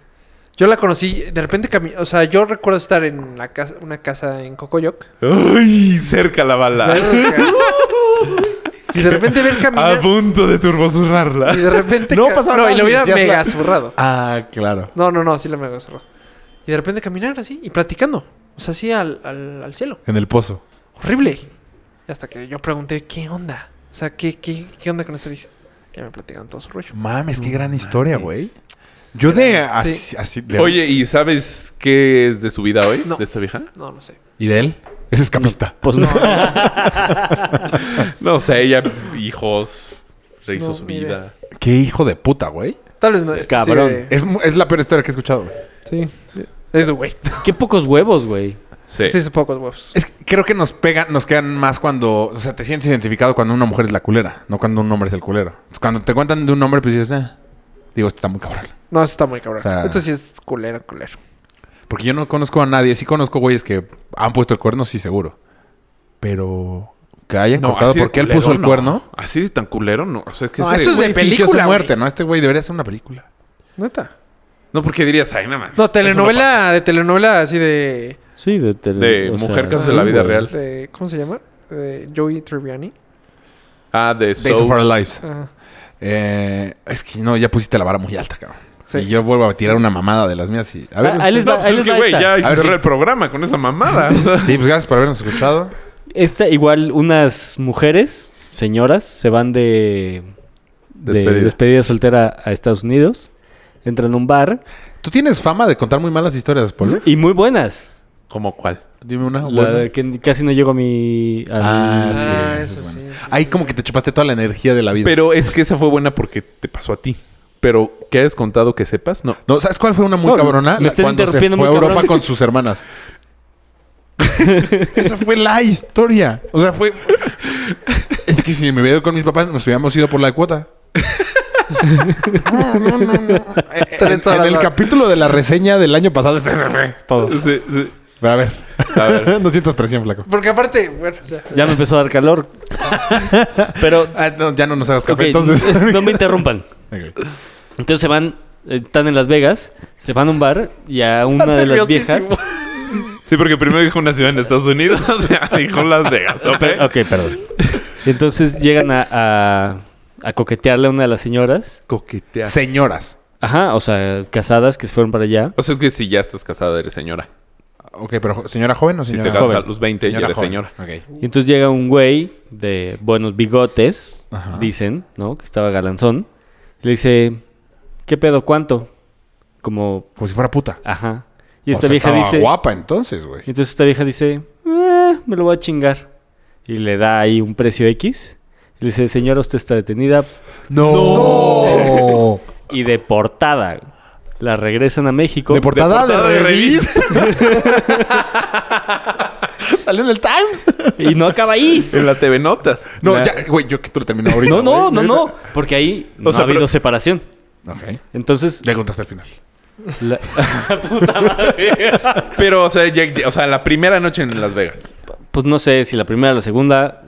Yo la conocí, de repente cami- O sea, yo recuerdo estar en la casa, una casa en Cocoyoc. ¡Uy! Cerca la Ah. bala. y de repente ver A Ah, caminar. punto de turbozurrarla. Y de repente. No ca- pasaba No, y nada lo si hubiera decías la- mega zurrado. ah, claro. No, no, no, sí lo mega zurrado. Y de repente caminar así y platicando. O sea, así al, al, al cielo. En el pozo. Horrible. Y hasta que yo pregunté, ¿qué onda? O sea, ¿qué, qué, qué onda con esta vieja? Ya me platicaron todo su rollo. Mames, qué gran historia, güey. Yo de así, así- de- Oye, ¿y sabes qué es de su vida hoy? No. ¿De esta vieja? No, no sé. ¿Y de él? Es escapista. Pues no. No, o sea, ella, hijos, rehizo No, su ni vida. Qué hijo de puta, güey. Tal vez no. este sí Cabrón. de- Es, mu- es la peor historia que he escuchado, güey. Sí. sí. Es de güey. Qué pocos huevos, güey. Sí. Sí, es de pocos huevos. Es que creo que nos pegan, nos quedan más cuando, o sea, te sientes identificado cuando una mujer es la culera, no cuando un hombre es el culero. Entonces, Cuando te cuentan de un hombre, pues dices, eh, digo, este está muy cabrón. No, esto está muy cabrón. O sea- Esto sí es culero, culero. Porque yo no conozco a nadie, sí conozco güeyes que han puesto el cuerno, sí, seguro. Pero que hayan cortado así de porque él culero, puso el no. cuerno. Así de tan culero, no. O sea, es que No, ese esto es de güey- pe- Fingió película, su muerte, güey. ¿no? Este güey debería ser una película. Neta. No, porque dirías, ay, nada más. No, telenovela, de telenovela así de. Sí, de, tele- De o sea, mujer casos de la sí, vida güey. real. de- ¿Cómo se llama? De Joey Tribbiani. Ah, de eso. Days of Our Lives. Ajá. Eh, es que no, ya pusiste la vara muy alta, cabrón. Sí. Y yo vuelvo a tirar una mamada de las mías y... A ver, Ah, ahí les No, va, pues ahí es les que, va güey, esta. ya ver, cerré sí. el programa con esa mamada. O sea, Sí, pues gracias por habernos escuchado. Esta, igual, unas mujeres, señoras, se van de, de Despedida. despedida. soltera a Estados Unidos. Entran a un bar Tú tienes fama de contar muy malas historias, Paul. y muy buenas. ¿Cómo cuál? Dime una. La buena. de que casi no llego a mi. a Ah, mi- sí. Ah, esa es eso buena. sí, eso Ahí como que te chupaste toda la energía de la vida. Pero es que esa fue buena porque te pasó a ti. Pero, ¿qué has contado que sepas? No. No, ¿sabes cuál fue una muy No, cabrona? me estoy Cuando se fue interrumpiendo a muy Europa cabrón. con sus hermanas. Esa fue la historia. O sea, fue... Es que si me hubiera ido con mis papás, nos hubiéramos ido por la cuota. Ah, En, Tienes toda en la el razón. capítulo de la reseña del año pasado, ese se fue todo. Sí, sí. Pero a ver. A ver. no sientas presión, flaco. Porque aparte, bueno, o sea, Ya me empezó a dar calor. Pero. Ah, no, ya no nos hagas café, ok, entonces. no me interrumpan. Ok. Entonces se van, eh, están en Las Vegas, se van a un bar y a una de las viejas. Sí, porque primero dijo una ciudad en Estados Unidos, o sea, dijo Las Vegas, ¿ok? Ok, perdón. Y entonces llegan a, a, a coquetearle a una de las señoras. Coquetear. Señoras. Ajá, o sea, casadas que se fueron para allá. O sea, es que si ya estás casada, eres señora. Ok, pero jo- señora joven o Si señora te casas joven? a los 20, ya eres joven. señora. Ok. Y entonces llega un güey de buenos bigotes, Ajá. dicen, ¿no? Que estaba galanzón. Y le dice, ¿qué pedo? ¿Cuánto? Como, Como si fuera puta. ajá. Y O esta sea, vieja estaba dice... guapa entonces, güey. Y entonces esta vieja dice, "Eh, me lo voy a chingar. Y le da ahí un precio X. Y le dice, señora, usted está detenida ¡No! y deportada. La regresan a México. De portada de, portada de revista. Salió en el Times. y no acaba ahí. En la TV Notas. No, Nah. ya, güey, yo que tú lo terminé ahorita. No, no, güey. no, no. Porque ahí no sea, ha habido pero- separación. Ok. Entonces, Le contaste al final. La- Pero, o sea, ya- ya- o sea, la primera noche en Las Vegas. pues no sé si la primera o la segunda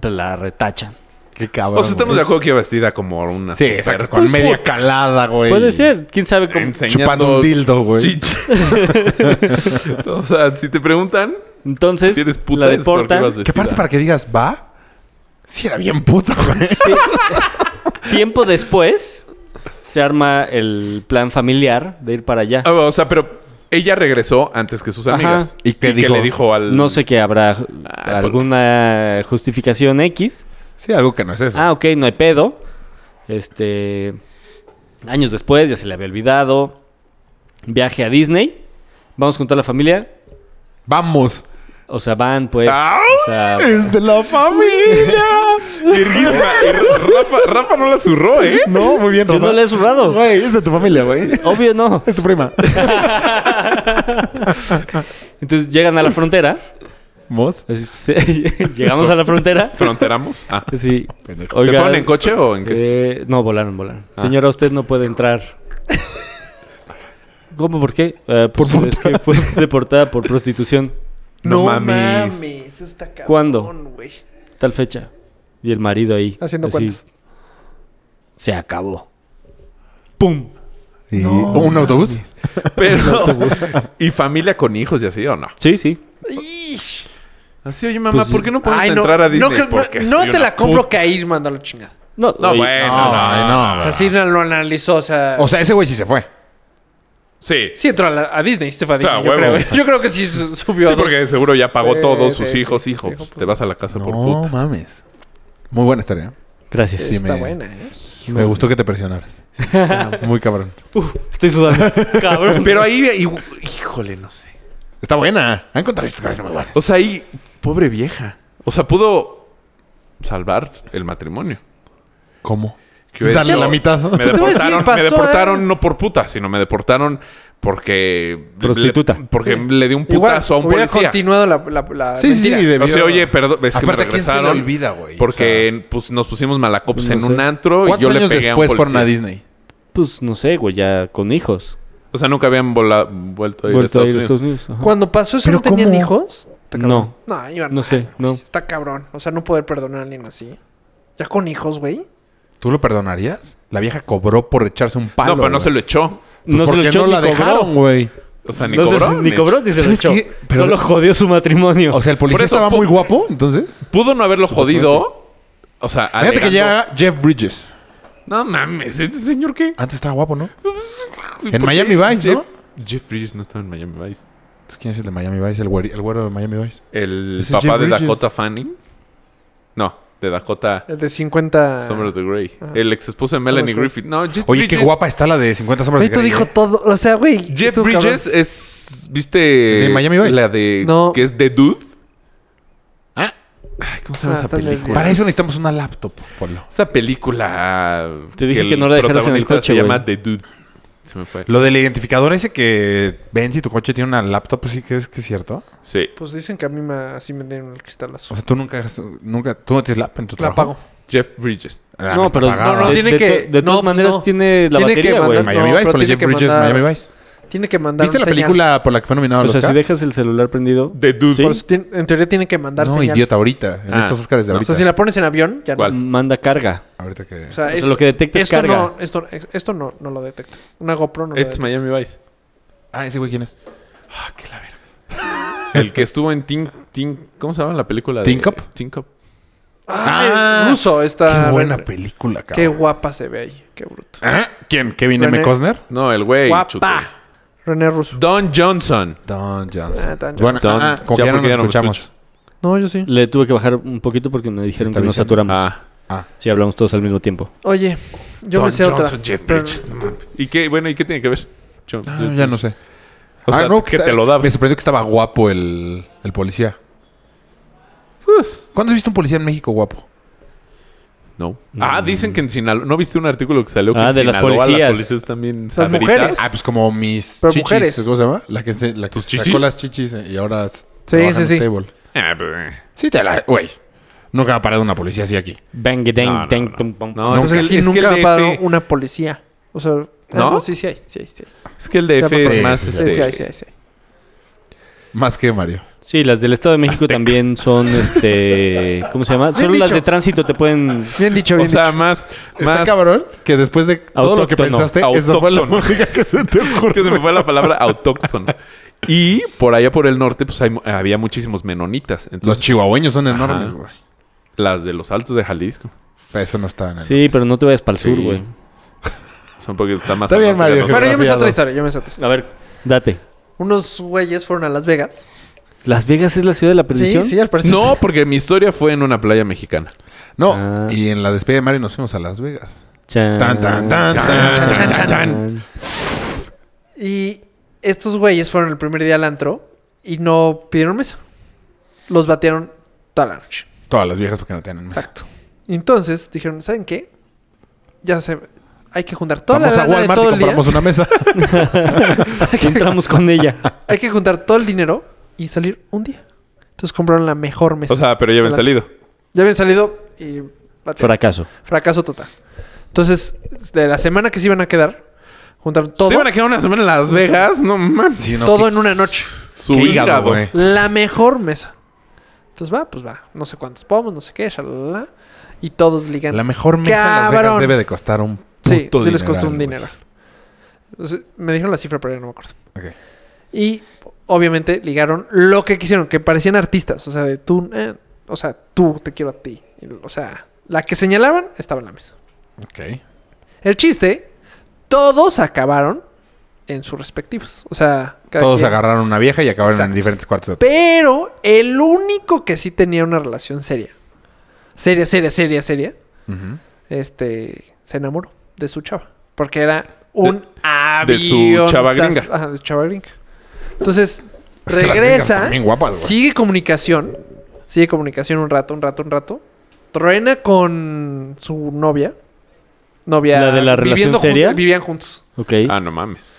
pues, la retachan. Qué cabrón. O sea, estamos güey. de acuerdo que Pues iba vestida como una. Sí, super- exacto. Con media calada, güey. Puede ser, quién sabe cómo. enseñando Chupando un dildo, güey. chichi. o sea, si te preguntan, Entonces, si eres puta, la es porque deportan. ibas Que vestida. aparte para que digas, va. Sí, era bien puta, güey. Tiempo después se arma el plan familiar de ir para allá. Ah, o sea, pero ella regresó antes que sus Ajá. amigas. ¿Y qué dijo? le dijo al. No sé que habrá Ah, alguna justificación X. Sí, algo que no es eso. Ah, ok, no hay pedo. Este. Años después, ya se le había olvidado. Viaje a Disney. Vamos con toda la familia. Vamos. O sea, van, pues. ¡Ay! O sea, Es de la familia. Virguísima. Ah, Y Rafa, Rafa no la zurró, ¿eh? no, muy bien, yo no Rafa. le he zurrado. Güey, es de tu familia, güey. Obvio no. Es tu prima. Entonces llegan a la frontera. ¿Mos? Así, sí, Llegamos a la frontera. Fronteramos. Ah. Sí. ¿Se Oiga, fueron en coche o en qué? eh, no, volaron, volaron. Ah. Señora, usted no puede entrar. ¿Cómo? ¿Por qué? Eh, pues, es que fue deportada por prostitución. No No, mames. mames. Eso está cabrón, ¿Cuándo? güey. Tal fecha. Y el marido ahí. Haciendo así, cuentas. Se acabó. ¡Pum! ¿Y un autobús? Eh, Pero. ¿Y familia con hijos y así o no? Sí, sí. Ish. Así, oye, mamá, Pues, ¿por qué no podemos Ay, no, entrar a Disney? no, creo- no- Porque no soy te una la compro puta. que ahí mandó la chingada. No, No, oye, bueno, no. no, no. Ah, O sea, sí lo, lo analizó, o sea... O sea, ese güey sí se fue. Sí. sí entró a, la- a Disney, se fue a O sea, Disney, yo, huevo. creo. Yo creo que sí su- subió Sí, a dos. porque seguro ya pagó Sí, todos sí, sus sí, hijos, sí, hijos. hijo puta. te vas a la casa por puta. mames. Muy buena historia. Gracias. Sí, Está me- buena, ¿eh? Me gustó que te presionaras. Muy cabrón. Estoy sudando. Cabrón. Pero ahí, y- híjole, no sé. Está buena. Han contado historias muy buenas. O sea, ahí, pobre vieja. O sea, pudo salvar el matrimonio. ¿Cómo? Que hubiera Dale dicho, la mitad. Este Me Pues te voy a decir, deportaron, pasó, me deportaron ¿eh? no por puta, sino me deportaron porque... Prostituta. le- porque le di un putazo a un hubiera policía. continuado la, la, la Sí, sí, mentira. de- O sea, oye, perdón, es que me Aparte, ¿a quién se le regresaron olvida, güey? Porque pues, nos pusimos malacops no en sé. un antro y ¿Cuántos yo le años pegué después a un fueron policía. a Disney? Pues no sé, güey, ya con hijos. O sea, nunca habían vola- vuelto a ir a Vuelto a ir a Estados Unidos. Estados Unidos. ajá. Cuando pasó eso, ¿Pero ¿no tenían cómo? hijos? Está cabrón. No, No, iban no sé, no. Está cabrón. O sea, no poder perdonar a alguien así. Ya con hijos, güey. ¿Tú lo perdonarías? La vieja cobró por echarse un palo. no, pero no güey. se lo echó. Pues no se porque lo echó no la ni dejaron, cobró. güey. O sea, ni No se- cobró. ni cobró ni se lo ¿Sabes echó. qué? Pero- Solo jodió su matrimonio. O sea, el policía Por eso, estaba po- muy guapo, entonces. Pudo no haberlo jodido. O sea, Fíjate que alegando- llega Jeff Bridges. No mames, ¿este señor qué? Antes estaba guapo, ¿no? ¿Por En qué Miami Vice, Jeff, ¿no? Jeff Bridges no estaba en Miami Vice. Entonces, ¿Quién es el de Miami Vice? El güero, el güero de Miami Vice. El Ese es papá Jeff de Bridges. Dakota Fanning. No, de Dakota El de 50... Summer of the Grey. Ah. Ajá. El ex esposo de Summer Melanie of the Grey. Griffith. No, Jeff Oye, Bridges. qué guapa está la de 50 sombras de Beto Grey, dijo ¿eh? todo. O sea, güey. Jeff tú, cabrón. Bridges es. ¿Viste? ¿De Miami Vice? La de. No. Que es The Dude. Ah. Ay, ¿cómo se llama Ah, esa está en el- película? Para eso necesitamos una laptop, Polo. Esa película. Te dije el que no la dejaras en el protagonista coche, Se llama güey. The Dude. Se me fue. Lo del identificador ese que ven si tu coche tiene una laptop, pues sí que es que es cierto. Sí. Pues dicen que a mí me, así me dieron el cristal O azul. sea, tú nunca, nunca, tú no tienes lap en tu La trabajo. apago. Jeff Bridges. La no, está pero apagada. no, no, Ah, de, tiene de que- to- de todas no, maneras no. tiene la Tiene que batería, güey. mandar- Miami no, Vice, pero por el tiene Jeff que Bridges, mandar- Miami Vice. Tiene que mandar ¿Viste un la señal. película por la que fue nominado O al sea, si Oscar? dejas el celular prendido. The Dude. Sí. Por eso tiene- en teoría tiene que mandar No, señal. idiota, ahorita. En Ah, estos Oscars de no. O ahorita. sea, si la pones en avión, ya ¿Cuál? no. Manda carga. Ahorita que... O sea, sea, lo que detecta es esto carga. No, esto esto no, no lo detecta. Una GoPro no lo Este es detecta. Miami Vice. Ah, ese güey, ¿quién es? Ah, qué la verga. El que estuvo en Teen... Teen- ¿Cómo se llama la película? de- Teen Cup? Teen Cup. Ah, es ruso está. Qué buena película, cabrón. Qué guapa se ve ahí. Qué bruto. ¿Ah? ¿Quién? ¿Kevin M. René. Costner? No, el güey. Guapa. chute. René Russo. Don Johnson. Don Johnson. Ah, Don Bueno, Johnson. ah, como Ya que ya no porque nos ya no me escuchamos. No, yo sí. Le tuve que bajar un poquito porque me dijeron Está que nos avisando. saturamos. Ah. Sí, hablamos todos al mismo tiempo. Oye, yo Don me sé Johnson, otra. Jeff pero- Bridges. No mames. ¿Y qué? Bueno, ¿y qué tiene que ver? pues, John- Ah, ya no sé. O Ah, sea, no, que está- te lo da. Me sorprendió que estaba guapo el, el policía. Pues, ¿Cuándo has visto un policía en México guapo? no. Ah, dicen que en Sinaloa... ¿No viste un artículo que salió que Ah, en de las Sinaloa policías. también... Las sabritas? mujeres. Ah, pues como mis Pero chichis. mujeres. ¿Cómo se llama? La que, se, la que ¿Tus sacó chichis? las chichis eh, y ahora sí, sí, sí. Table. Ah, pero- Sí te la... Güey. Nunca ha parado una policía así aquí. Bang, No, no, dang, dang, no. pum, pum. No, Entonces, es que el- aquí es que el nunca ha DF parado una policía. O sea, ah, ¿No? ¿No? sí, sí hay. Sí, hay, sí. hay. Es que el DF Sí, es sí, más... sí, Sí, este, sí, hay, sí, hay, sí. hay. Más que Mario. Sí, las del Estado de México también son, este, ¿cómo se llama? Solo las de tránsito te pueden... Bien dicho, O bien sea, dicho. más... Está más- cabrón que después de todo lo que Autóctono. pensaste, eso fue la Autóctono. música que se te que se ocurrió. me fue la palabra autóctono. Y por allá por el norte, pues hay mu- había muchísimos menonitas. Los Entonces, chihuahueños son Ajá. enormes, güey. las de los altos de Jalisco. Eso no está en el... Sí, pero no te vayas para el sur, Sí. güey. Son porque está más... Está bien, abajo de Mario, los- que- Bueno, yo me sé otra Geografía historia, yo me sé otra historia. A ver, date. Unos güeyes fueron a Las Vegas. ¿Las Vegas es la ciudad de la Sí, perdición? sí, al parecer. No, porque mi historia fue en una playa mexicana. No, Ah. y en la despedida de Mario nos fuimos a Las Vegas. Chan, Tan, tan, tan, tan, Eh, chan, chan, chan. Y estos güeyes fueron el primer día al antro y no pidieron mesa. Los batearon toda la noche. Todas las viejas porque no tienen más. Exacto. Y entonces dijeron, ¿saben qué? Ya se... Hay que juntar toda Vamos la a lana de Walmart y todo el día. compramos una mesa. Entramos con ella. Hay que juntar todo el dinero y salir un día. Entonces compraron la mejor mesa. O sea, pero ya habían Adelante. salido. ya habían salido y... batearon. Fracaso. Fracaso total. Entonces, de la semana que se iban a quedar, juntaron todo, Se iban a quedar una semana en Las Vegas. No mames. todo en una noche. Su Qué hígado, hígado. güey. La mejor mesa. Entonces va, pues va. No sé cuántos pomos, no sé qué, shalala. Y todos ligan. La mejor mesa en Las Vegas Cabrón. debe de costar un puto sí, sí les dineral, costó un güey. dinero. Entonces, me dijeron la cifra, pero ya no me acuerdo. Ok. Y obviamente ligaron lo que quisieron, que parecían artistas. O sea, de tú, eh, o sea, tú te quiero a ti. O sea, la que señalaban estaba en la mesa. Ok. El chiste, todos acabaron en sus respectivos. O sea, cada Todos quien. agarraron una vieja y acabaron en Exacto. diferentes cuartos de hotel. Pero el único que sí tenía una relación seria, seria, seria, seria, seria, Ujú. este, se enamoró de su chava. Porque era un avión. de su chava gringa. Ajá, de su chava gringa. Entonces, Es que las gringas regresa, están bien guapas, güey. sigue comunicación, sigue comunicación un rato, un rato, un rato. Truena con su novia. Novia. ¿La de la relación viviendo jun- seria? Vivían juntos. Ok. Ah, no mames.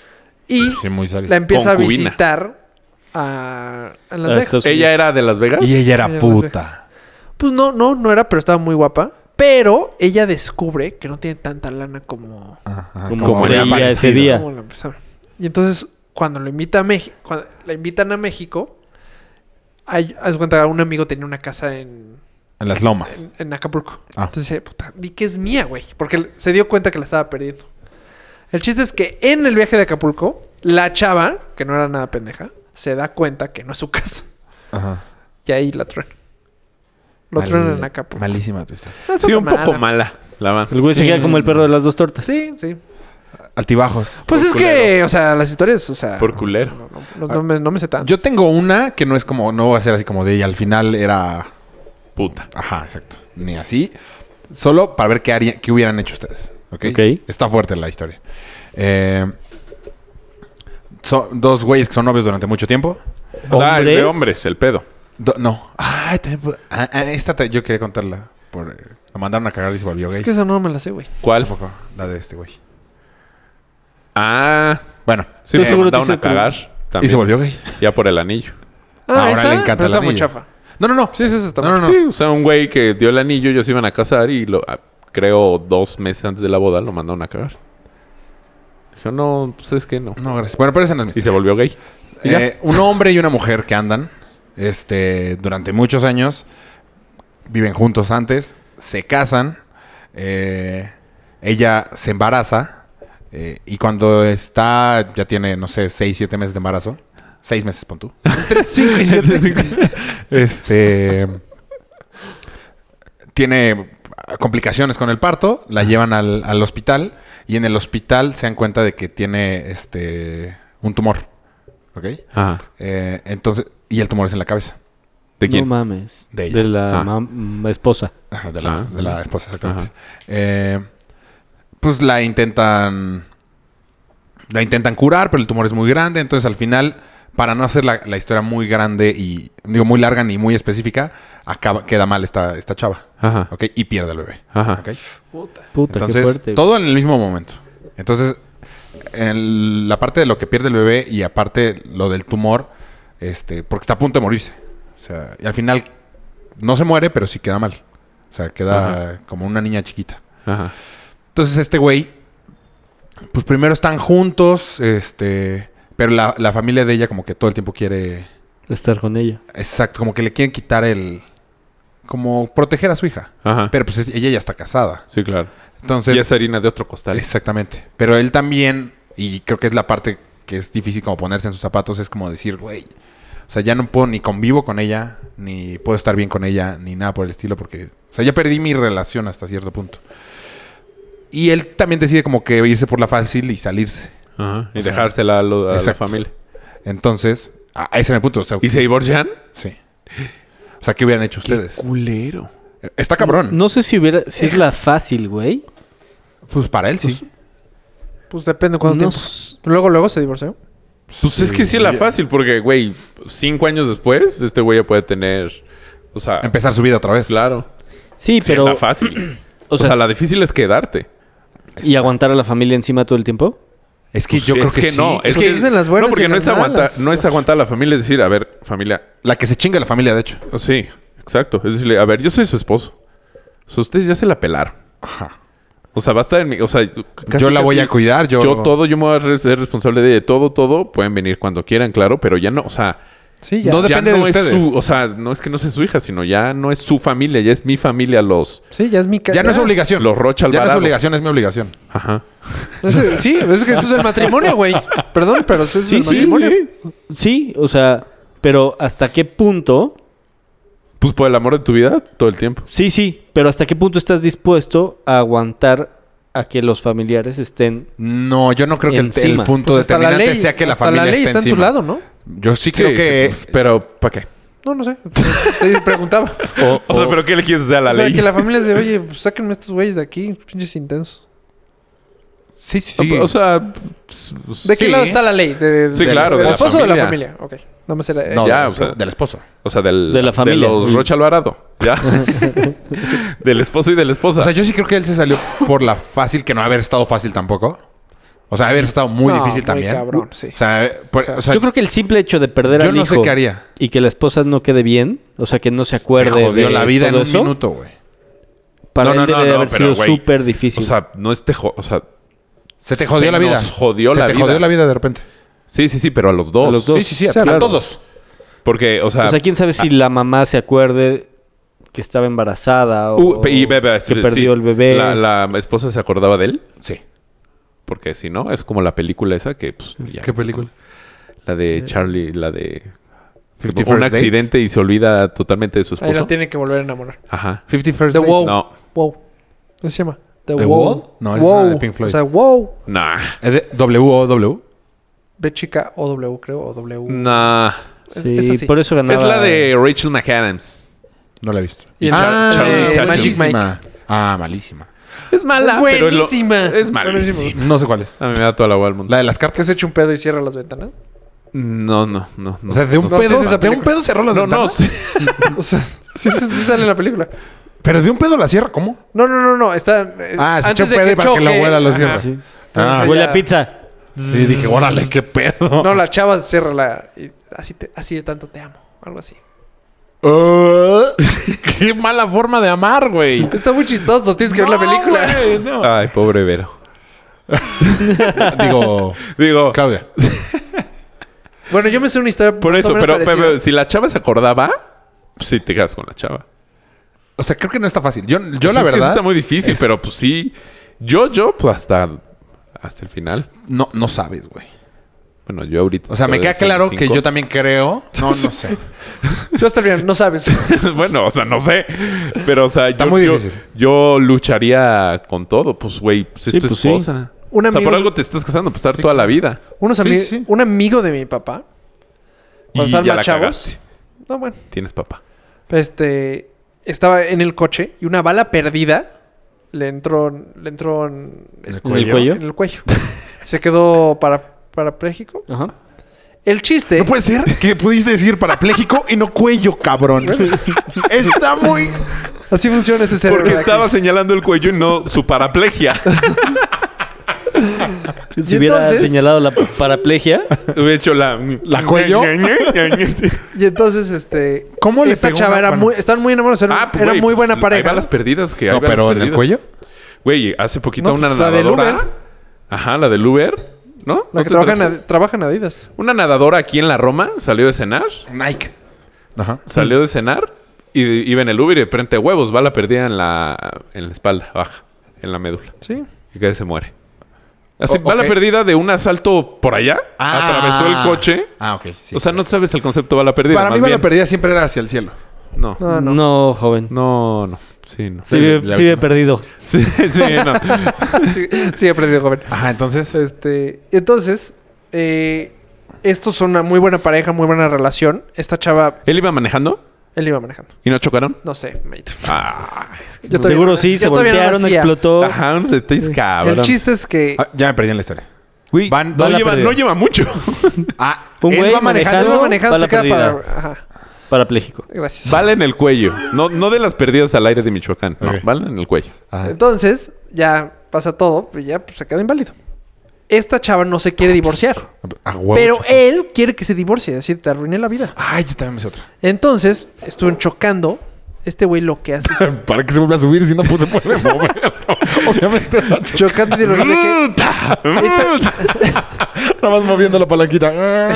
Y Sí, muy serio. la empieza Concubina. a visitar a, a Las A Vegas. estos- Sí. ¿Ella era de Las Vegas? Y ella Ella era era puta. Pues no, no, no era, pero estaba muy guapa. Pero ella descubre que no tiene tanta lana como, Ah, ajá, Como habría creía ese parecido. día. como la empezaron. Y entonces, cuando lo invita a México, la invitan a México, hay, haz cuenta, un amigo tenía una casa en, En las lomas. en, en Acapulco. Ah. Entonces dice, puta, di que es mía, güey. Porque se dio cuenta que la estaba perdiendo. El chiste es que en el viaje de Acapulco, la chava, que no era nada pendeja, se da cuenta que no es su casa. Ajá. Y ahí la truena. Lo Mal- truenan en Acapulco. Malísima tu historia. No está Sí, tan un poco mala. mala. La van. El güey se Sí. queda como el perro de las dos tortas. Sí, sí. Altibajos. Pues Por es que, o sea, las historias, o sea. Por culero. No, no, no- no me, no me sé tanto. Yo tengo una que no es como, no va a ser así como de ella. Al final era. Puta. Ajá, exacto. Ni así. Solo para ver qué, haría- qué hubieran hecho ustedes. ¿Ok? Ok. Está fuerte la historia. Eh, son dos güeyes que son novios durante mucho tiempo. Ah, es de ¿Hombres? hombres, el pedo. Do- no. Ay, también pu- ah, ah, esta te- yo quería contarla. Por, eh, la mandaron a cagar y se volvió gay. Es que esa no me la sé, güey. ¿Cuál? Tampoco, la de este güey. Ah, Bueno, sí, Tú le seguro te mandaron a hizo tu- cagar. y se También. volvió gay. Ya por el anillo. Ah, Ahora esa, le encanta pero el está muy anillo. chafa. No, no, no. Sí, sí, esa está No, muy no, no. Sí, o sea, un güey que dio el anillo, ellos se iban a casar y lo ah, creo dos meses antes de la boda lo mandaron a cagar. Dijo, no, pues es que no. No, gracias. Bueno, pero esa no es mi Y se historia. volvió gay. ¿Y ya? Eh, un hombre y una mujer que andan este, durante muchos años, viven juntos antes, se casan, eh, ella se embaraza eh, y cuando está, ya tiene, no sé, 6, 7 meses de embarazo, 6 meses, pon tú. este, tiene complicaciones con el parto, la llevan al, al hospital y en el hospital se dan cuenta de que tiene este, un tumor. ¿Ok? Ajá. Eh, entonces, y el tumor es en la cabeza. ¿De No quién? mames. De De, ella. la Ah. mam- mm, esposa. Ajá, de la, Ah, de la ajá. esposa, exactamente. Eh, pues la intentan. La intentan curar, pero el tumor es muy grande. Entonces, al final, para no hacer la, la historia muy grande y. Digo, muy larga ni muy específica, acaba, queda mal esta, esta chava. Ajá. ¿Ok? Y pierde al bebé. Ajá. ¿Ok? Puta, qué Entonces, fuerte. todo en el mismo momento. Entonces, el- la parte de lo que pierde el bebé y aparte lo del tumor, este, porque está a punto de morirse. O sea, y al final no se muere, pero sí queda mal. O sea, queda como una niña chiquita. Ajá. Entonces, este güey pues primero están juntos, este, pero la, la familia de ella como que todo el tiempo quiere, Estar con ella. exacto, como que le quieren quitar el, como proteger a su hija. Ah. Ajá. Pero pues es- ella ya está casada. Sí, claro. Entonces, y es harina de otro costal. exactamente. Pero él también, y creo que es la parte que es difícil como ponerse en sus zapatos, es como decir, güey, o sea, ya no puedo ni convivo con ella, ni puedo estar bien con ella, ni nada por el estilo, porque, o sea, ya perdí mi relación hasta cierto punto. Y él también decide como que irse por la fácil y salirse. Ajá. Y O sea, dejársela a, lo- a la exacto. familia. Entonces, ah, ese era el punto. O sea, ¿Y se divorcian? sí. O sea, ¿qué hubieran hecho ustedes? culero. Está Mm. cabrón. No sé si hubiera. Si es la fácil, güey. Pues para él sí. Pues depende cuánto No tiempo. s- Luego, luego se divorció. Pues es que sí la fácil, porque, güey, cinco años después, este güey ya puede tener. O sea, Empezar su vida otra vez. ah, claro. Sí, Sí, pero. es la fácil. o O sea, sea, la difícil es quedarte. ¿Y aguantar a la familia encima todo el tiempo? Es que Pues yo sí, creo es que, sí. no. Es que dicen las buenas No, y porque no las es, aguantar, malas. no es aguantar a la familia. Es decir, a ver, familia, La que se chinga la familia, de hecho. Oh, Sí, exacto. Es decirle, a ver, yo soy su esposo. O sea, ustedes ya se la pelaron. Ajá. O sea, va a estar en mi... O sea, c- casi, yo la voy casi- a cuidar. Yo, Yo todo, yo me voy a re- ser responsable de todo, todo. Pueden venir cuando quieran, claro, pero ya no, o sea... Sí, ya. No ya depende de no es ustedes. su- o sea, no es que no sea su hija, sino ya no es su familia. Ya es mi familia los... Sí, ya es mi ca- Ah. ya no es obligación. Los Rocha ya no es Alvarado. obligación, es mi obligación. Ajá. No sé, sí, es que eso es el matrimonio, güey. Perdón, pero eso es Sí, el sí, matrimonio. Sí, o sea, pero ¿hasta qué punto? Pues por el amor de tu vida, todo el tiempo. Sí, sí, pero ¿hasta qué punto estás dispuesto a aguantar a que los familiares estén? No, yo no creo que el, el Encima. punto Pues hasta la determinante ley, sea que la hasta familia la ley esté está en tu encima. lado, ¿no? Yo sí Sí, creo sí, que eh, pues, pero, ¿para qué? No, no sé. Te preguntaba. O, O sea, ¿pero qué le quieres hacer a la o sea, ley? que la familia se oye, pues, sáquenme estos güeyes de aquí, pinches intensos. sí, sí, O- sí. O sea... ¿De qué Sí. lado está la ley? ¿De, de- Sí, del- claro, ¿Del de la esposo o de la familia. familia? Ok. No me será. no, ya, del, o sea- del esposo. O sea, del, De la familia. De los Mm. Rocha Alvarado. ¿Ya? del esposo y de la esposa. O sea, yo sí creo que él se salió por la fácil, que no haber estado fácil tampoco. O sea, haber estado muy No, difícil muy también. cabrón, sí. O sea, por- o sea, yo creo que el simple hecho de perder Yo al no hijo sé qué haría. y que la esposa no quede bien, o sea, que no se te acuerde jodió de la vida en todo un eso, minuto, güey. para No, no, él debe no, de no, haber pero, sido güey, súper difícil. O sea, no es tejo. O sea, Se te Se jodió la vida. nos jodió Se la te vida. jodió la vida de repente. sí, sí, sí, pero a los dos. A los dos. Sí, sí, sí. A, Sí, a a los todos. Porque, o sea. O sea, quién sabe ah. si la mamá se acuerde que estaba embarazada o uh, y bebé, sí, que perdió sí. el bebé. La, la esposa se acordaba de él. Sí. Porque si no, es como la película esa que. pues, ya- ¿Qué película? La de Charlie, la de. Fifty un First Dates. accidente y se olvida totalmente de su Ahí la esposo. tiene que volver a enamorar. Ajá. 50 First The Dates. Wow. No, Wow. ¿Cómo se llama? ¿The Wall? No, es una de Pink Floyd. O sea, wow. nah. Eh, de- W-O-W. B chica o W, creo, o W. Nah. Es- Sí, es así. por eso ganaba. Mm, Es la de Rachel McAdams. No la he visto. Y el Char- Charlie eh, Chaplin. Magic Mike. Malísima. Ah, malísima. Es mala. Es pero lo- buenísima. es Buenísima. malísima. No sé cuál es. A mí me da toda la agua al mundo. La de las ¿Que cartas. has hecho un pedo y cierra las ventanas? No, no, no, no. O sea, de un no sé. sí, pedo. es esa de un película. pedo cerró las No, no. ventanas. sí. O sea, sí, sí, sí sale en la película. Pero de un pedo la cierra, ¿cómo? No, no, no, no. Está. eh, Ah, se echó antes un de pedo y para que la choque. abuela lo Ajá. cierre. Sí. Ah, Entonces, Huele ya- a pizza. sí, dije, órale, qué pedo. No, la chava cierra la. y así, te- así de tanto te amo. Algo así. Ah, qué mala forma de amar, güey. Está muy chistoso. Tienes que ver la película. güey, no. Ay, pobre Vero. Ah, Digo, Digo, Claudia. Bueno, yo me sé una historia. por más o eso, menos pero, parecida. pero si la chava se acordaba, pues sí te quedas con la chava. O sea, creo que no está fácil. Yo, yo Pues la es que sí verdad, está muy difícil, pero pues sí. Yo, yo, pues hasta, hasta el final. no, no sabes, güey. Bueno, yo ahorita. O sea, me puedo queda decir claro que cinco. yo también creo. No, no sé. Yo hasta el final, no sabes. bueno, o sea, no sé. Pero, o sea, Está yo, muy yo- difícil. yo lucharía con todo. Pues, güey, pues es Sí, tu pues, sí. esposa. Un O sea, por amigo- algo te estás casando, pues estar toda la vida. Unos Sí, amigos, sí. Un amigo de mi papá. Y Cuando estaban ya la más chavos. cagaste. No, bueno. Tienes papá. Este. Estaba en el coche y una bala perdida le entró. Le entró en, este, ¿En el cuello? en el cuello. Se quedó para, parapléjico. Ajá. El chiste. No puede ser que pudiste decir parapléjico y no cuello, cabrón. Está muy. Así funciona este cerebro. Porque de aquí. estaba señalando el cuello y no su paraplegia. Si Y hubiera entonces- señalado la paraplegia, He hecho la... ¿La cuello? Y entonces, este. ¿Cómo le Esta pegó chava una- era bueno. muy. Estaban muy enamorados. Era, Ah, pues, era güey, muy buena pues, pareja. Hay balas perdidas que hay No, balas pero en el perdidas. cuello. Güey, hace poquito No, una pues, la del nadadora Uber. Ajá, la del Uber, ¿no? La ¿No que te trabaja en, enteraste? Ad- trabaja en Adidas. Una nadadora aquí en la Roma salió de cenar, Nike. Ajá. salió de cenar y iba en el Uber y de frente huevos, va la perdida en la, en la espalda baja, en la médula. Sí. Y que se muere. Así, O- va la ok. perdida de un asalto por allá, atravesó el coche. Ah, ok. sí. o sea, no sabes el concepto va la perdida. Para más mí, la bien. perdida siempre era hacia el cielo. No. no. No, No, no. joven. No, Sí, no. Sí, Sí, vive, la- sí vive perdido. Sí, sí, no. sí, sí, he aprendido, joven. Ajá, entonces. Este, entonces, eh, estos son una muy buena pareja, muy buena relación. Esta chava, Él iba manejando él iba manejando. y no chocaron. No sé, mate. Ah, es que- Yo todavía- Seguro sí, yo se todavía no voltearon, nacía. explotó. Ajá, unos detalles cabrón. El chiste es que Ah, ya me perdí en la historia. Güey, Van- No va la lleva, pérdida. no lleva mucho. Ah, Un él güey va manejando. él va manejando, bala se queda perdida. para. Ajá, Parapléjico. gracias. Bala en el cuello. No, no de las perdidas al aire de Michoacán. No, Ok. bala en el cuello. Ajá. Entonces, ya pasa todo, pues ya pues, se queda inválido. Esta chava no se quiere divorciar. A huevo, Pero choca. él quiere que se divorcie, es decir, te arruiné la vida. Ay, yo también me hice otra. Entonces, estuvieron chocando. Este güey lo que hace es ¿Para qué se vuelve a subir si no se puede mover? Obviamente. va a chocar. chocando y de los de que esta- Nada más moviendo la palanquita.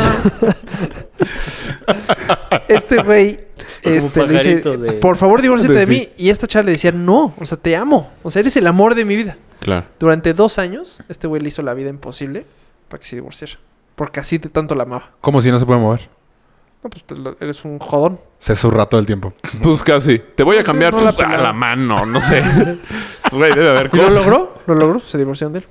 este güey Como este, le dice, pajarito de- por favor, divórciate de de sí. mí. Y esta chava le decía, no, o sea, te amo. O sea, eres el amor de mi vida. Claro. Durante dos años, este güey le hizo la vida imposible para que se divorciara. Porque así de tanto la amaba. Como si no se puede mover. No, pues te lo- eres un jodón. Se zurra todo el tiempo. Pues casi. Te voy a cambiar no la pues, a la pelaron. mano, no sé. Güey, debe haber ¿Y lo cosas. logró? Lo logró, se divorciaron de él.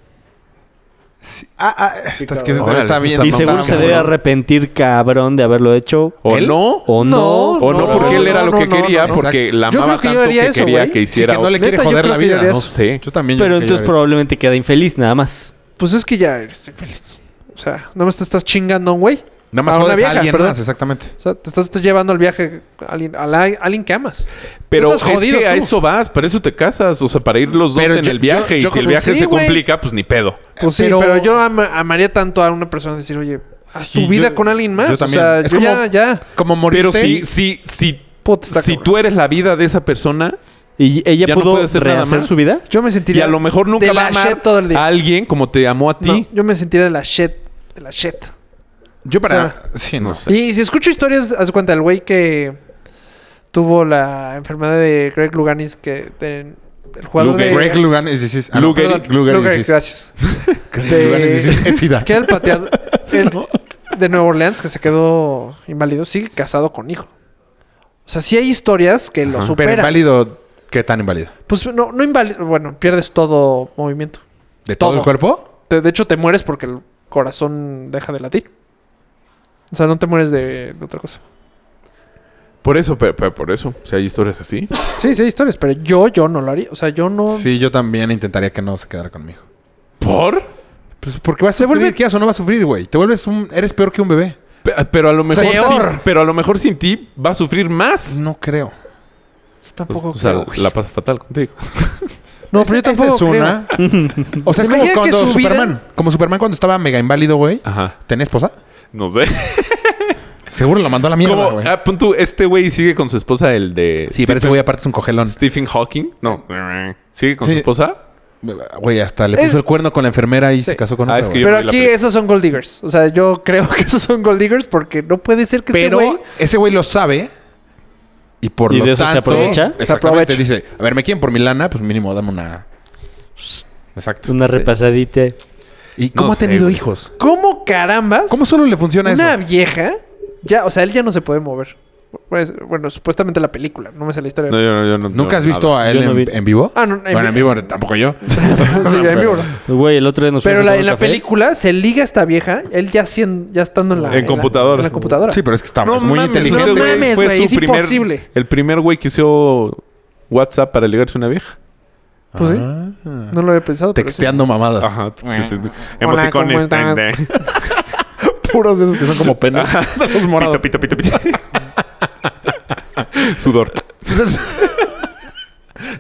Ah, ah, esta es que cabrón. está Órale, bien. eso Y está seguro se debe arrepentir, cabrón, de haberlo hecho. O ¿Él? no. O no. O Oh, no, No, porque él era no, lo que no, no, quería, no. porque la Yo amaba creo que yo tanto que haría eso, quería güey. que Sí, hiciera. Sí, que no le Neta, quiere yo joder creo la que yo vida. haría No eso. sé. Yo también. yo Pero creo que yo entonces haría eso. probablemente queda infeliz, nada más. Pues es que ya eres infeliz. O sea, no más te estás chingando a un güey. Nada más a una jodes vieja, a alguien perdón. más, exactamente. O sea, te estás llevando al viaje a alguien, a la- a alguien que amas. Pero Tú es estás jodido, que a tú. eso vas, para eso te casas, o sea, para ir los dos Pero en yo- el viaje. yo- yo y si el creo- viaje sí, se güey. complica, pues ni pedo. Pues sí, Pero- pero, yo ama- amaría tanto a una persona decir, oye, haz Sí, tu vida yo- con alguien más. yo o también. sea, Es yo como- ya, ya. Como morirte. Pero si, si, si, Puta, está si cabrón. tú eres la vida de esa persona, ¿Y ella Ya no pudo puede hacer nada rehacer más. su vida? Yo me y sentiría. a lo mejor nunca de va a la amar shit todo el día. a alguien como te amó a No, ti. yo me sentiría de la shit. De la shit. Yo para. O sí, no. no sé. Sí. Y si escucho historias, haz de cuenta, el güey que tuvo la enfermedad de Greg Luganis, que de- el jugador Lugue- de. Greg Luganis disease. Ah, no, Lugeri- perdón. Perdón, Lugaris Lugaris, disease. gracias. Greg Luganis disease. Es sida. Que era el pateador el- de Nueva Orleans que se quedó inválido, sigue casado con hijo. O sea, sí hay historias que lo Ajá. superan. Pero inválido, ¿qué tan inválido? Pues no, no inválido. Bueno, pierdes todo movimiento. ¿De todo, Todo. el cuerpo? Te- de hecho, te mueres porque el corazón deja de latir. O sea, no te mueres de, de otra cosa. Por eso, pe- pe- por eso. Si hay historias así. Sí, sí hay historias, pero yo, yo no lo haría. O sea, yo no. Sí, yo también intentaría que no se quedara conmigo. ¿Por? Pues porque vas a sufrir, vuelve- quieras o no vas a sufrir, güey. Te vuelves un... Eres peor que un bebé. Pe- Pero a lo mejor, Peor. sin- pero a lo mejor sin ti va a sufrir más. No creo. Tampoco O sea, creo, güey. la pasa fatal contigo. No, pero yo Esa- esa tampoco. creo. es una... o sea, es como Imagina que cuando su vida- Superman... Como Superman cuando estaba mega inválido, güey. Ajá. ¿Tenés esposa? No sé. Seguro la mandó a la mierda, Como, güey. ah, pon tú, este güey sigue con su esposa, el de Sí, pero ese güey aparte es un cogelón. Este, Stephen Hawking. No. ¿Sigue con Sí. su esposa? Güey, hasta le puso El- el cuerno con la enfermera y se Sí. casó con Ah, otra, es que güey. yo- Pero vi la aquí película. esos son gold diggers. O sea, yo creo que esos son gold diggers porque no puede ser que Pero este güey. ese güey lo sabe y por ¿Y lo de eso se tanto... aprovecha? Se Exactamente. aprovecha. Dice, a ver, ¿me quieren por mi lana? Pues mínimo, dame una... Exacto. Una repasadita. ¿Y cómo No ha tenido sé, güey. hijos? ¿Cómo carambas? ¿Cómo solo le funciona una eso? vieja? Ya, o sea, él ya no se puede mover. Pues, bueno, supuestamente la película, no me sé la historia. No, yo, no- yo no. ¿Nunca no, has visto nada. a él Yo no vi. en, en vivo? Ah, no, en bueno, en vi- vivo tampoco yo. Sí, en vivo, ¿no? Güey, el otro día nos Pero fuimos a la- tomar en un la café. película se liga a esta vieja, él ya, siendo, ya estando en la... En la- computadora. en la computadora. Sí, pero es que está es muy mames, inteligente. no ese güey. mames. fue güey, su es primer- imposible. El primer güey que usó WhatsApp para ligarse a una vieja. Pues sí. No lo había pensado. pero sí. Ah. Texteando mamadas. Ajá. Hola, ¿cómo Emoticones. están? tan, tan. Puros de esos que son como penas. Ah, Los morados. Pito, pito, pito, pito. Sudor.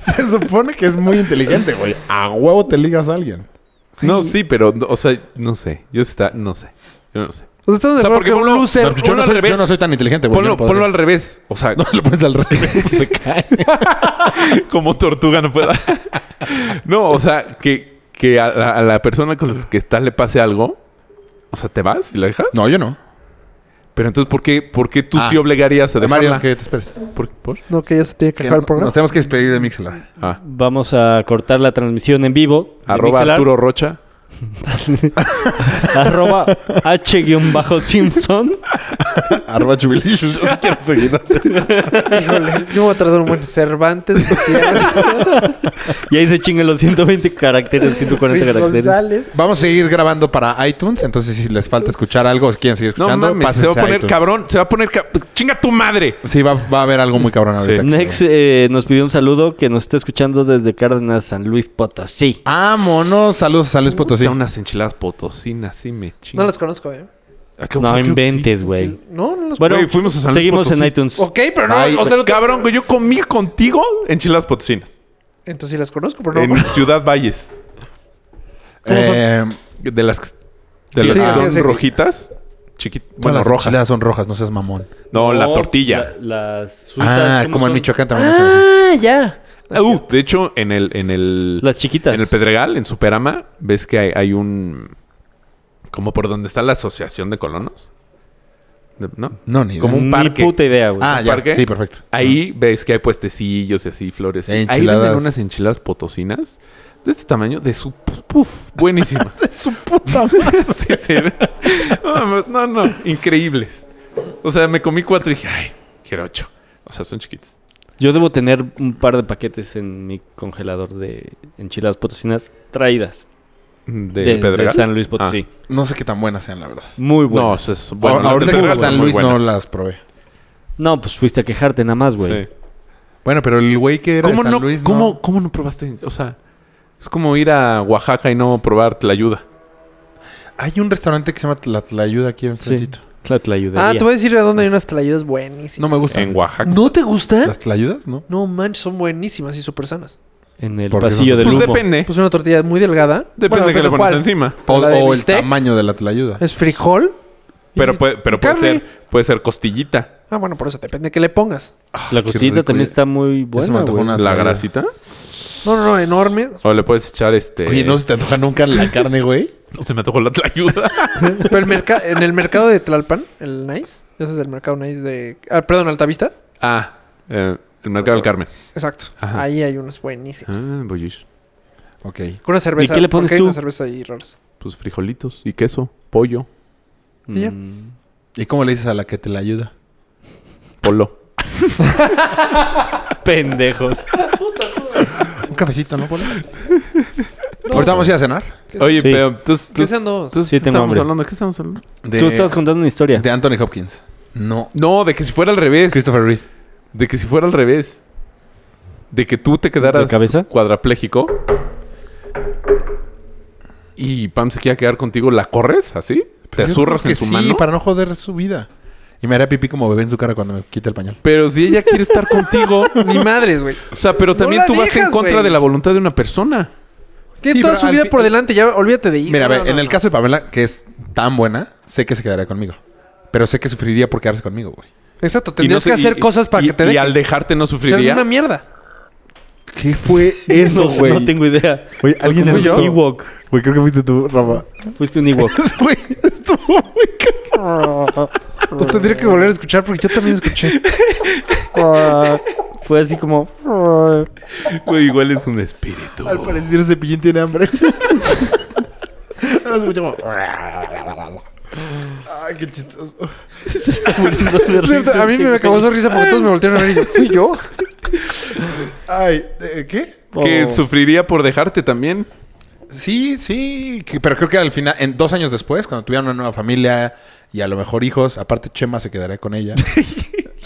Se supone que es muy inteligente, güey. A huevo te ligas a alguien. No, sí, pero, no, o sea, no sé. Yo está, no sé. Yo no sé. O sea, estamos O de sea, acuerdo porque que un uno- loser... no, yo, Ponlo no al soy, revés. yo no soy tan inteligente, güey. Ponlo, yo no ponlo podría. al revés. O sea, No se lo pones al revés. se cae. como tortuga no pueda. no, o sea, que, que a la, a la persona con la que estás le pase algo, o sea, ¿te vas y la dejas? No, yo no. Pero entonces, ¿por qué, por qué tú Ah. sí obligarías a dejarla? Mario, que te esperes. ¿Por, por? No, que ya se tiene Que que acabar no- el programa. Nos tenemos que despedir de Mixelar. Ah. Vamos a cortar la transmisión en vivo. de Arroba Mixelar. Arturo Rocha. Arroba H-Simpson. Arroba Chubilicious. Yo sí quiero seguidores. Híjole, yo me voy a tardar un buen Cervantes, Gutiérrez, Y ahí se chingan los 120 caracteres, 140 Luis caracteres. González. Vamos a seguir grabando para iTunes. Entonces, si les falta escuchar algo o si quieren seguir No escuchando, mames, se pásense va a poner iTunes. cabrón, se va a poner ca- chinga tu madre. Sí, va, va a haber algo muy cabrón ahorita. Sí. que se Next eh, nos pidió un saludo que nos está escuchando desde Cárdenas, San Luis Potosí. Vámonos. Ah, Saludos a San Luis Potosí. Puta, unas enchiladas potosinas, sí me chinga. No las conozco, ¿eh? Ah, qué- No qué- inventes, sí. güey. Sí, No, no las Bueno, Güey, fuimos a San Luis seguimos Potosí. en iTunes. conozco. Ok, pero no. Ay, o sea, no te- Cabrón, güey, yo comí contigo enchiladas potosinas. Entonces sí las conozco, pero no. En Ciudad Valles. ¿Cómo son? Eh, De las, que- de Sí, las sí, que sí, son sí. rojitas. Chiquit todas bueno, las rojas. enchiladas son rojas, no seas mamón. No, la tortilla. la- las suizas. ah, ¿cómo como en son? Michoacán también. hacen. Ah, ya. Ah, uh, de hecho, en el, en el. Las chiquitas. En el Pedregal, en Superama, ves que hay, hay un. Como por donde está la Asociación de Colonos. De- ¿No? No, ni idea. Como un Ni parque. puta idea, güey. Ah, ya. parque? Sí, perfecto. Ahí ves que hay puestecillos y así, flores. Hay Ahí venden enchiladas. unas enchiladas potosinas de este tamaño, de su... Puf, buenísimas. de su puta madre. no, no, no, increíbles. O sea, me comí cuatro y dije, ay, quiero ocho. O sea, son chiquitos. Yo debo tener un par de paquetes en mi congelador de enchiladas potosinas traídas De desde Pedregal. San Luis Potosí. Mm. No sé qué tan buenas sean, la verdad. Muy Ah, no, buenas. eso es bueno. Ahor- las de ahorita que Pedregal en San son muy Luis no buenas. las probé. No, pues fuiste a quejarte nada más, güey. Sí. Bueno, pero el güey que era ¿Cómo de San no, Luis cómo, ¿Cómo no probaste? O sea, es como ir a Oaxaca y no probar la ayuda. Hay un restaurante que se llama La Tlayuda aquí en un Sí. santito. Claro, te la ayudaría. Ah, te voy a decir a dónde hay unas tlayudas buenísimas. No me gustan. En Oaxaca. ¿No te gustan? ¿Las Tlayudas? ¿No? No manches, son buenísimas y súper sanas. En el Porque pasillo no del Pues humo. depende. Puse una tortilla muy delgada. depende Bueno, de que pero le pones ¿cuál? encima. O, La de o el pues bistec. tamaño de la Tlayuda. Es frijol. Pero, Y- puede, pero y puede carne. ser puede ser costillita. Ah, bueno, por eso depende de que le pongas. La costillita rico, también pues, ya. está muy se me buena, antojó güey. una- Ah, ¿La Ah, todavía. grasita? No, no, no, enormes. O le puedes echar este. Oye, ¿no se te antoja nunca la carne, güey? no se me antojó la tlayuda. Pero el merca- en el mercado de Tlalpan, el Nice, ese es el mercado Nice de. Ah, perdón, Altavista. ah, eh, el mercado del Carmen. Exacto. Ajá. Ahí hay unas buenísimas. Ah, voy a ir. Ok. Con una cerveza. ¿Y qué le porque pones hay tú? unas cervezas ahí raras. Pues frijolitos y queso, pollo, Y ya. Mm. ¿Y cómo le dices a la que te la ayuda? polo. Pendejos. Un cafecito, ¿no, Polo? Ahorita vamos a ir a cenar. Oye, Sí. pero entonces, ¿Qué entonces, sean dos? entonces, Sí, ¿qué tengo estamos hambre. hablando? ¿Qué estamos hablando? De, Tú estabas contando una historia. de Anthony Hopkins. No. No, de que si fuera al revés. Christopher Reeve. De que si fuera al revés. De que tú te quedaras ¿De cabeza? cuadrapléjico. Y Pam se quiera quedar contigo, la corres así. Te Pues Yo azurras creo en que su sí, mano. para no joder su vida. Y me haría pipí como bebé en su cara cuando me quita el pañal. Pero si ella quiere estar contigo. Ni madres, güey. O sea, pero No también la tú vas en dejas, contra güey. de la voluntad de una persona. Tiene Sí, toda pero su al vida fin- por delante, ya olvídate de ir. Mira, a No, ver, no, en el no. caso de Pamela, que es tan buena, sé que se quedaría conmigo. Pero sé que sufriría por quedarse conmigo, güey. Exacto, Y no tendrías sé- que hacer y- cosas para y- que te Y dejen. al dejarte no Sería sufriría. una mierda. ¿Qué fue No sé, No tengo idea. Güey, alguien Fue evitó. un Ewok. Güey, creo que fuiste tú, Rafa. Fuiste un Ewok. Güey, estuvo muy caro. Los tendría que volver a escuchar porque yo también escuché. Ah, Fue así como... Güey, igual es un espíritu. Al parecer Cepillín tiene hambre. Ahora se escucha como- Ay, qué chistoso. Cierto, a mí este me acabó su risa porque todos me voltearon a ver y yo, ¿fui yo? Ay, ¿eh, ¿qué? Que sufriría por dejarte también. Sí, sí, que- pero creo que al final, en dos años después, cuando tuvieran una nueva familia y a lo mejor hijos, aparte Chema se quedaría con ella.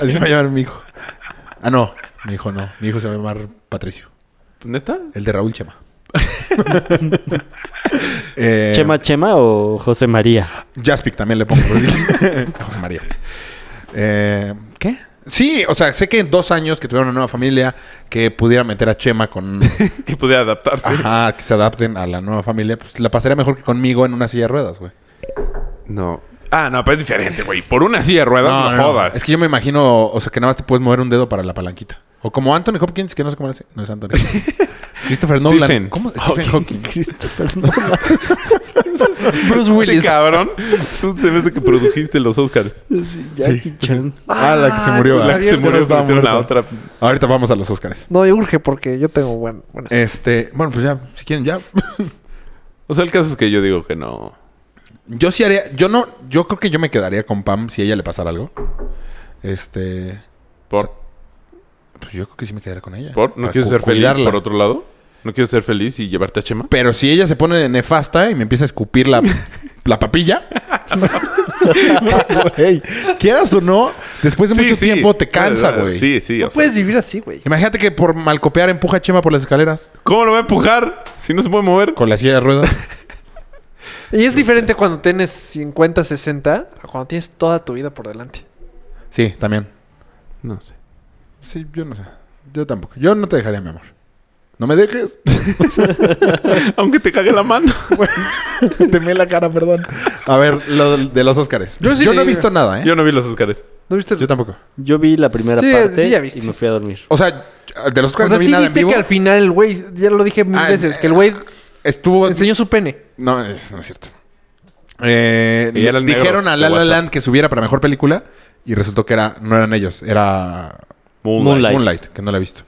Así me va a llamar mi hijo. Ah, no, mi hijo no. Mi hijo se va a llamar Patricio, ¿Neta? el de Raúl Chema. Eh, ¿Chema Chema o José María? Jaspic también le pongo. José María. Eh, ¿Qué? Sí, o sea, sé que en dos años que tuvieron una nueva familia, que pudiera meter a Chema con... Que pudiera adaptarse. Ajá, que se adapten a la nueva familia, pues la pasaría mejor que conmigo en una silla de ruedas, güey. No. Ah, no, pero es diferente, güey. Por una silla de ruedas no, jodas. Es que yo me imagino, o sea, que nada más te puedes mover un dedo para la palanquita. O como Anthony Hopkins, que no sé cómo era No es Anthony. Hopkins. Christopher Nolan. Stephen. Ah, ¿Cómo? Stephen Hawking. Christopher Nolan. Bruce Willis. Este cabrón. Tú se ves de que produjiste los Oscars. Sí, Jackie Chan. Ah, la que se murió. pues ah. La que se murió estaba estaba la muerta. otra. Ahorita vamos a los Oscars. No, y urge porque yo tengo buen, buenas. Este, bueno, pues ya, si quieren, ya. O sea, el caso es que yo digo que no. Yo sí haría, yo no, yo creo que yo me quedaría con Pam si a ella le pasara algo. Este, ¿Por? pues yo creo que sí me quedaría con ella. ¿Por? ¿No Para quieres cu- ser feliz cuidarla. por otro lado? ¿No quieres ser feliz y llevarte a Chema? Pero si ella se pone nefasta y me empieza a escupir la, la papilla. Güey, quieras o no, después de Sí, mucho sí. tiempo te cansa, Claro, güey. Sí, sí. no o sea, puedes vivir así, güey. Imagínate que por malcopear empuja a Chema por las escaleras ¿Cómo lo va a empujar si no se puede mover? con la silla de ruedas. Y es diferente cuando tienes 50, 60 a cuando tienes toda tu vida por delante. Sí, también. No sé. Sí, yo no sé. Yo tampoco. Yo no te dejaría, mi amor. No me dejes. Aunque te cague la mano. Temé la cara, perdón. A ver, lo de los Óscares. Yo, Yo sí no he le- visto nada, ¿eh? Yo, Yo no vi los Óscares. ¿No viste? tampoco. Yo vi la primera Sí, parte sí, ya viste. y me fui a dormir. O sea, de los o Óscares sea, no vi sí nada en viste vivo. que al final el güey, ya lo dije mil Ah, veces, eh, que el güey Estuvo... enseñó su pene. No, es, no es cierto. Eh, Y era el negro dijeron a La de La WhatsApp. Land que subiera para mejor película y resultó que era no eran ellos, era Moonlight. Moonlight, que no la he visto.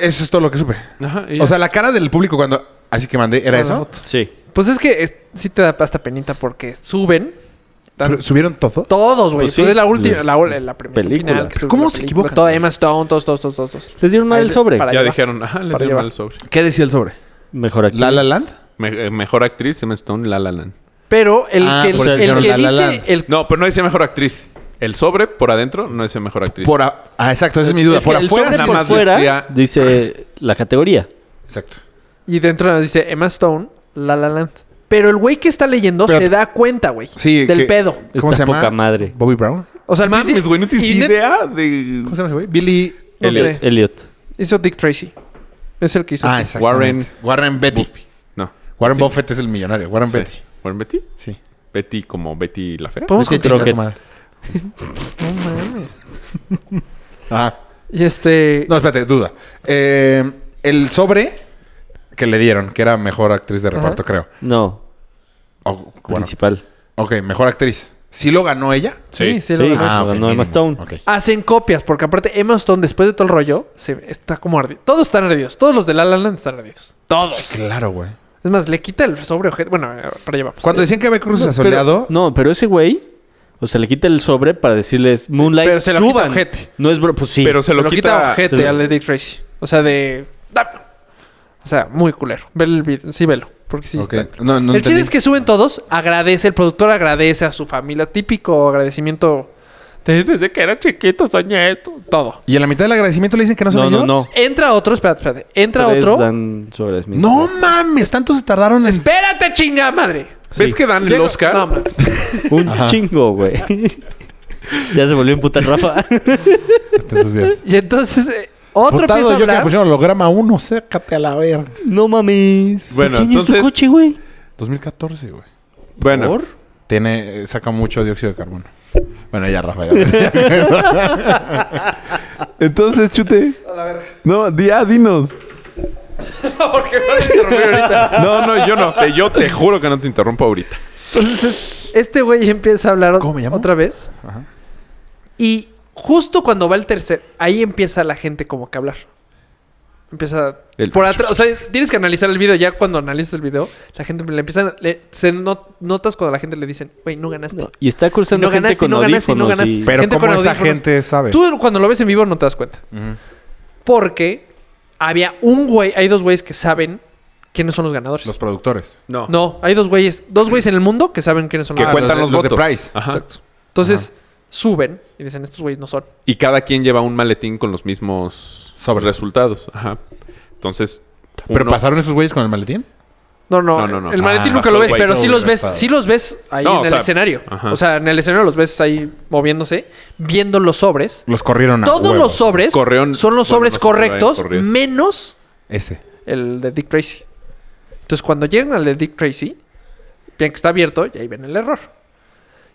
Eso es todo lo que supe. Ajá, y O ya. sea, la cara del público cuando así que mandé era Ah, la eso. foto. Sí. Pues es que eh, sí te da hasta penita porque suben. tan- Pero, ¿Subieron todo? todos, güey. Pues Pues, sí. es la última, Sí. la, la, la primera Película. final que suben ¿Cómo la se película. equivocan? Toda Emma Stone, todos, todos, todos, todos. todos. Les dieron mal Ahí el se- sobre. para- ya ahí va. dijeron, ajá, le Para dieron allá va. al sobre. ¿Qué decía el sobre? Mejor aquí. ¿La La Land? Me- eh, mejor actriz, Emma Stone, La La Land. Pero el Ah, que, el, pues, el dijeron que La La dice Land. el No, pero no decía mejor actriz. El sobre por adentro no decía mejor actriz. Por a- ah, exacto, esa es mi duda. Es que por el afuera sobre nada por más fuera decía- dice la categoría. Exacto. y dentro nos dice Emma Stone, La La Land. Pero el güey que está leyendo Pero- se da cuenta, güey, Sí, del que- pedo. ¿Cómo Está se llama? poca madre. Bobby Brown. O sea, al Mames, principio- güey, no tienes y net- idea de ¿Cómo se llama ese güey? Billy No Elliot. e- sé. Elliot. Hizo Dick Tracy. Es el que hizo. Ah, Dick- exacto. Warren- Warren Betty. No. Warren Buffett es el millonario. Warren Betty. Sí. ¿Warren Betty? Sí. Betty como Betty la fea. Podemos Vete a continuar. chingar a tu Crockett. madre. Ah, Y este. no, espérate, duda. Eh, el sobre que le dieron, que era mejor actriz de reparto, creo. No, O- bueno, principal. ok, mejor actriz. ¿Sí lo ganó ella? Sí, sí, Sí, lo ganó. Ah, ok, ganó Emma mínimo. Stone. Ok. Hacen copias, porque aparte Emma Stone, después de todo el rollo, se está como ardido. Todos están ardidos. Todos los de La La Land están ardidos. Todos. Claro, güey. Es más, le quita el sobre objeto. Bueno, eh, para allá vamos. Cuando decían que había cruces Pero- asoleado, no, pero ese güey, o sea, le quita el sobre para decirles Moonlight. pero se lo quita suban. ojete. No es bro, pues sí. Pero se Se lo, quita... ojete se lo- al de Dick Tracy. O sea, de. ¡Dame! O sea, muy culero. Ve el video. Sí, velo. Porque sí. Ok, está- no, no el entendí. chiste es que suben todos, agradece, el productor agradece a su familia. Típico agradecimiento. de, Desde que era chiquito soñé esto. Todo. Y en la mitad del agradecimiento le dicen que no son no, no, ellos. no. Entra otro, espérate, espérate. Entra Tres otro. dan sobres, mi No madre. mames, tanto se tardaron en... Espérate, chinga madre. ¿Ves que dan el Llego- Oscar? No, mames. Un chingo, güey. ya se volvió en puta Rafa. Tantos días. y entonces eh, otro Putado, empieza a yo que me hablar. pusieron holograma 1, sécate a la verga. no mames. Bueno, ¿Quién es entonces- tu coche, güey? 2014, güey. Bueno. ¿Por? Tiene, eh, saca mucho dióxido de carbono. Bueno, ya, Rafa, ya. Entonces, chute. No, di- ya, dinos. Porque me van a interrumpir ahorita. No, no, yo no. Te- yo te juro que no te interrumpo ahorita. Entonces este güey empieza a hablar ot- ¿Cómo me llamo? otra vez. Ajá. Y justo cuando va el tercer, ahí empieza la gente como que a hablar. Empieza El- por atrás, o sea, tienes que analizar el video ya cuando analizas el video, la gente le empiezan le- se not- notas cuando la gente le dicen, "Güey, no ganaste." No, Y está cruzando No gente ganaste, con no ganaste, no audífonos ganaste. y- Pero Gente ¿cómo con esa audífonos. gente sabe? Tú cuando lo ves en vivo no te das cuenta. Porque había un güey, hay dos güeyes que saben quiénes son los ganadores. Los productores. No, hay dos güeyes, dos güeyes en el mundo que saben quiénes son Que los ganadores. cuentan los los, de- los de votos. Price. Ajá. Exacto. Entonces suben y dicen, estos güeyes no son. Y cada quien lleva un maletín con los mismos Sobres. resultados. Ajá. Entonces. ¿Pero uno- pasaron esos güeyes con el maletín? No, no, No, no, no. el maletín Ah, nunca lo pasó, ves, güey. pero Pasó, sí los güey, ves, pasado. sí los ves ahí No, en o el sea, escenario. ajá. O sea, en el escenario los ves ahí moviéndose, viendo los sobres. Los corrieron a Todos huevo. los sobres Correón- son los bueno, sobres no sé si lo hayan correctos, corrido. menos Ese. el de Dick Tracy. Entonces, cuando llegan al de Dick Tracy, bien que está abierto, y ahí ven el error.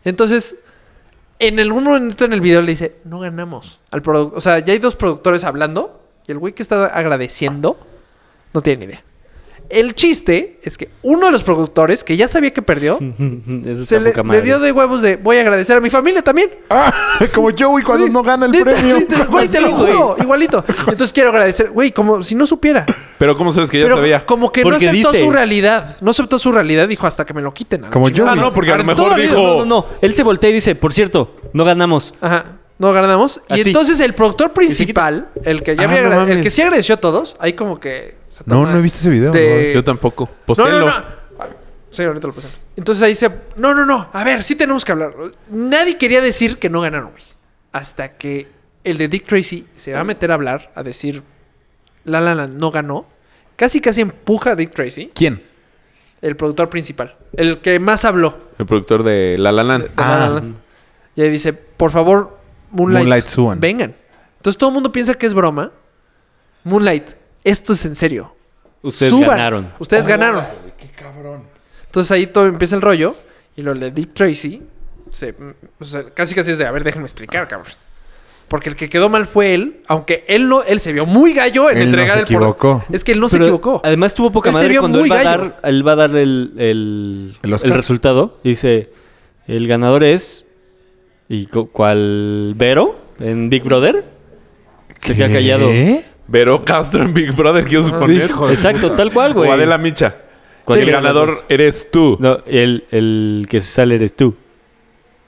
Entonces, En algún momento en el video le dice, no ganamos. Al produ- o sea, ya hay dos productores hablando y el güey que está agradeciendo no tiene ni idea. El chiste es que uno de los productores, que ya sabía que perdió, Eso se está le, poca le madre. dio de huevos de voy a agradecer a mi familia también. Ah, Como Joey cuando Sí. no gana el Neta, premio. neta, Güey, te lo Sí, güey. juro, igualito. Entonces quiero agradecer, güey, como si no supiera. Pero ¿cómo sabes que ya Pero sabía? como que no Porque aceptó dice- su realidad. No aceptó su realidad, dijo hasta que me lo quiten. a la Como chingada". Ah, Joey. no, porque a lo Arturo mejor dijo, dijo... No, no, no. Él se voltea y dice, por cierto, no ganamos. Ajá. No ganamos. Y Así. entonces el productor principal, el que ya Ah, había no agra- el mames. que sí agradeció a todos, ahí como que. se No, toma no he visto ese video, de- Yo tampoco. pues No, no, Postelo. no. Sí, ahorita lo pasamos. Entonces ahí se. No, no, no. A ver, sí tenemos que hablar. Nadie quería decir que no ganaron, güey. Hasta que el de Dick Tracy se va a meter a hablar, a decir. La la la no ganó. Casi casi empuja a Dick Tracy, ¿Quién? el productor principal. El que más habló. El productor de La La Land. La La Land. Y ahí dice, por favor, Moonlight, Ah. Moonlight, suban. vengan. Entonces todo el mundo piensa que es broma. Moonlight, esto es en serio. Ustedes Suban. ganaron. Oh, Ustedes ganaron. Entonces ahí todo empieza el rollo. Y lo de Dick Tracy, se- o sea, casi casi es de, a ver, déjenme explicar, cabrón. Porque el que quedó mal fue él, aunque él no, él se vio muy gallo en Él no entregar se el pro- equivocó. Es que él no se Pero equivocó. Además tuvo poca Él se madre vio cuando muy él va, a gallo. dar, él va a dar el, el, El Oscar. el resultado. Y dice, el ganador es... ¿Y cu- cuál? ¿Vero? ¿En Big Brother? Se queda callado. Vero Castro en Big Brother, quiero suponer. Hijo de Exacto, tal cual, güey. O Adela Micha. ¿Cuál el de las ganador dos? eres tú. No, el, el que sale eres tú.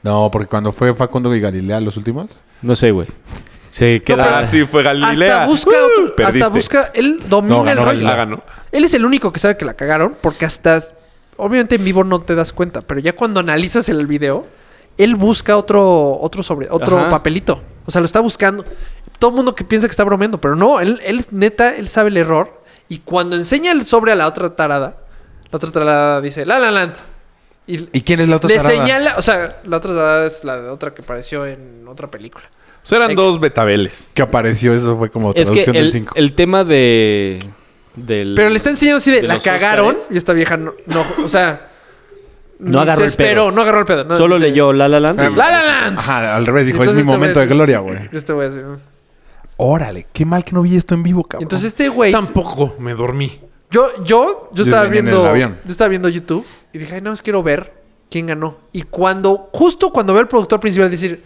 No, porque cuando fue Facundo y Galilea los últimos. No sé, güey. Se queda... Ah, sí, fue Galilea. Hasta busca Uh, otro- perdiste. hasta busca, él domina No, ganó el rollo. La ganó. Él es el único que sabe que la cagaron porque hasta... Obviamente en vivo no te das cuenta, pero ya cuando analizas el video, él busca otro, otro, sobre, otro Ajá. papelito. O sea, lo está buscando. Todo el mundo que piensa que está bromeando, pero no, él, él neta, él sabe el error. Y cuando enseña el sobre a la otra tarada, la otra tarada dice, la la land. Y, ¿Y quién es la otra le tarada? señala, o sea, la otra tarada es la de otra que apareció en otra película. O sea, eran Ex. dos betabeles. Que apareció, eso fue como Es que traducción del el, 5. el tema de... Del, Pero le está enseñando así de, de la los cagaron Óscares. y esta vieja no, no, o sea, No ni agarró se el pedo. esperó, no agarró el pedo. no, Solo dice, Ah, leyó La La Land. y- La La Land. Ajá, al revés, dijo, Entonces es mi este momento güey de así- gloria, güey. Este güey así, ¿no? Órale, qué mal que no vi esto en vivo, cabrón. Entonces este güey Tampoco me dormí. yo yo yo Yo estaba venía en el viendo avión. yo estaba viendo YouTube y dije, "Ay, no, es quiero ver quién ganó." Y cuando justo cuando veo al productor principal decir,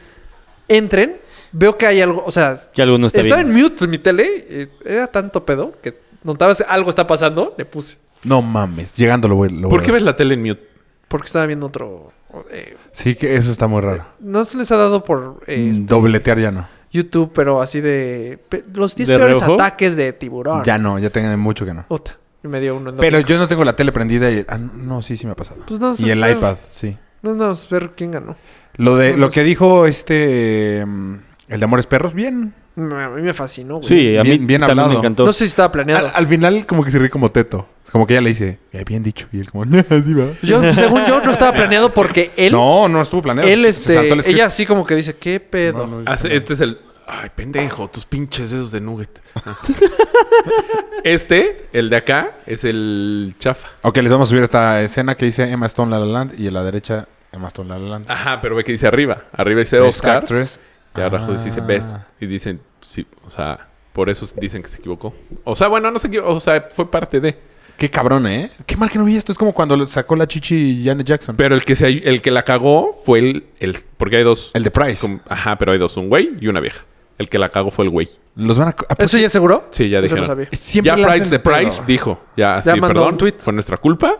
"Entren", veo que hay algo, o sea, Que algo no está estaba bien. en mute mi tele, eh, era tanto pedo que notabas algo está pasando, le puse, No mames, llegando lo voy, lo voy ¿Por a qué ver. ves la tele en mute? porque estaba viendo otro eh, Sí, que eso está muy raro. no se les ha dado por eh, Mm, Dobletear ya no. YouTube, pero así de pe- los 10 ¿De peores reojo? ataques de tiburón. Ya no, ya tengo mucho que no. Puta, y me dio uno en Pero yo no tengo la tele prendida y... Ah, no, sí, sí me ha pasado. Pues no, y el espera. iPad, sí. No, no, es ver quién ganó. Lo de No, lo no que dijo este... mm, El de Amores Perros, bien. Me- A mí me fascinó, güey. Sí, a mí Bien- bien también me hablado. encantó. No sé si estaba planeado. Al, al final como que se ríe como teto. Es Como que ella le dice, "Eh, bien dicho. Y él como, así va. Yo, según yo, no estaba planeado porque él, no, no estuvo planeado. él, Se- se este, saltó el script. ella así como que dice, ¿qué pedo? No, no, Ah, sí, este es el. Ay, pendejo, tus pinches dedos de nugget. Ah. este, el de acá, es el chafa. Ok, les vamos a subir esta escena que dice Emma Stone La La Land y a la derecha Emma Stone La La Land. Ajá, pero ve que dice arriba. Arriba dice Best Oscar. Actress. Y abajo dice Ah. Best. Y dicen, sí, o sea, por eso dicen que se equivocó. O sea, bueno, no se equivocó. O sea, fue parte de. Qué cabrón, ¿eh? Qué mal que no vi esto. Es como cuando le sacó la chichi Janet Jackson. Pero el que, se, el que la cagó fue el, el. Porque hay dos. el de Price. Como- ajá, pero hay dos, un güey y una vieja. El que la cagó fue el güey. Los van a... ah, pues, ¿Eso ya aseguró? Sí, ya Eso dijeron. lo sabía. Siempre ya la Price, hacen de de Price pedo. dijo. Ya, Ya sí, mandó perdón. un tweet. Fue nuestra culpa.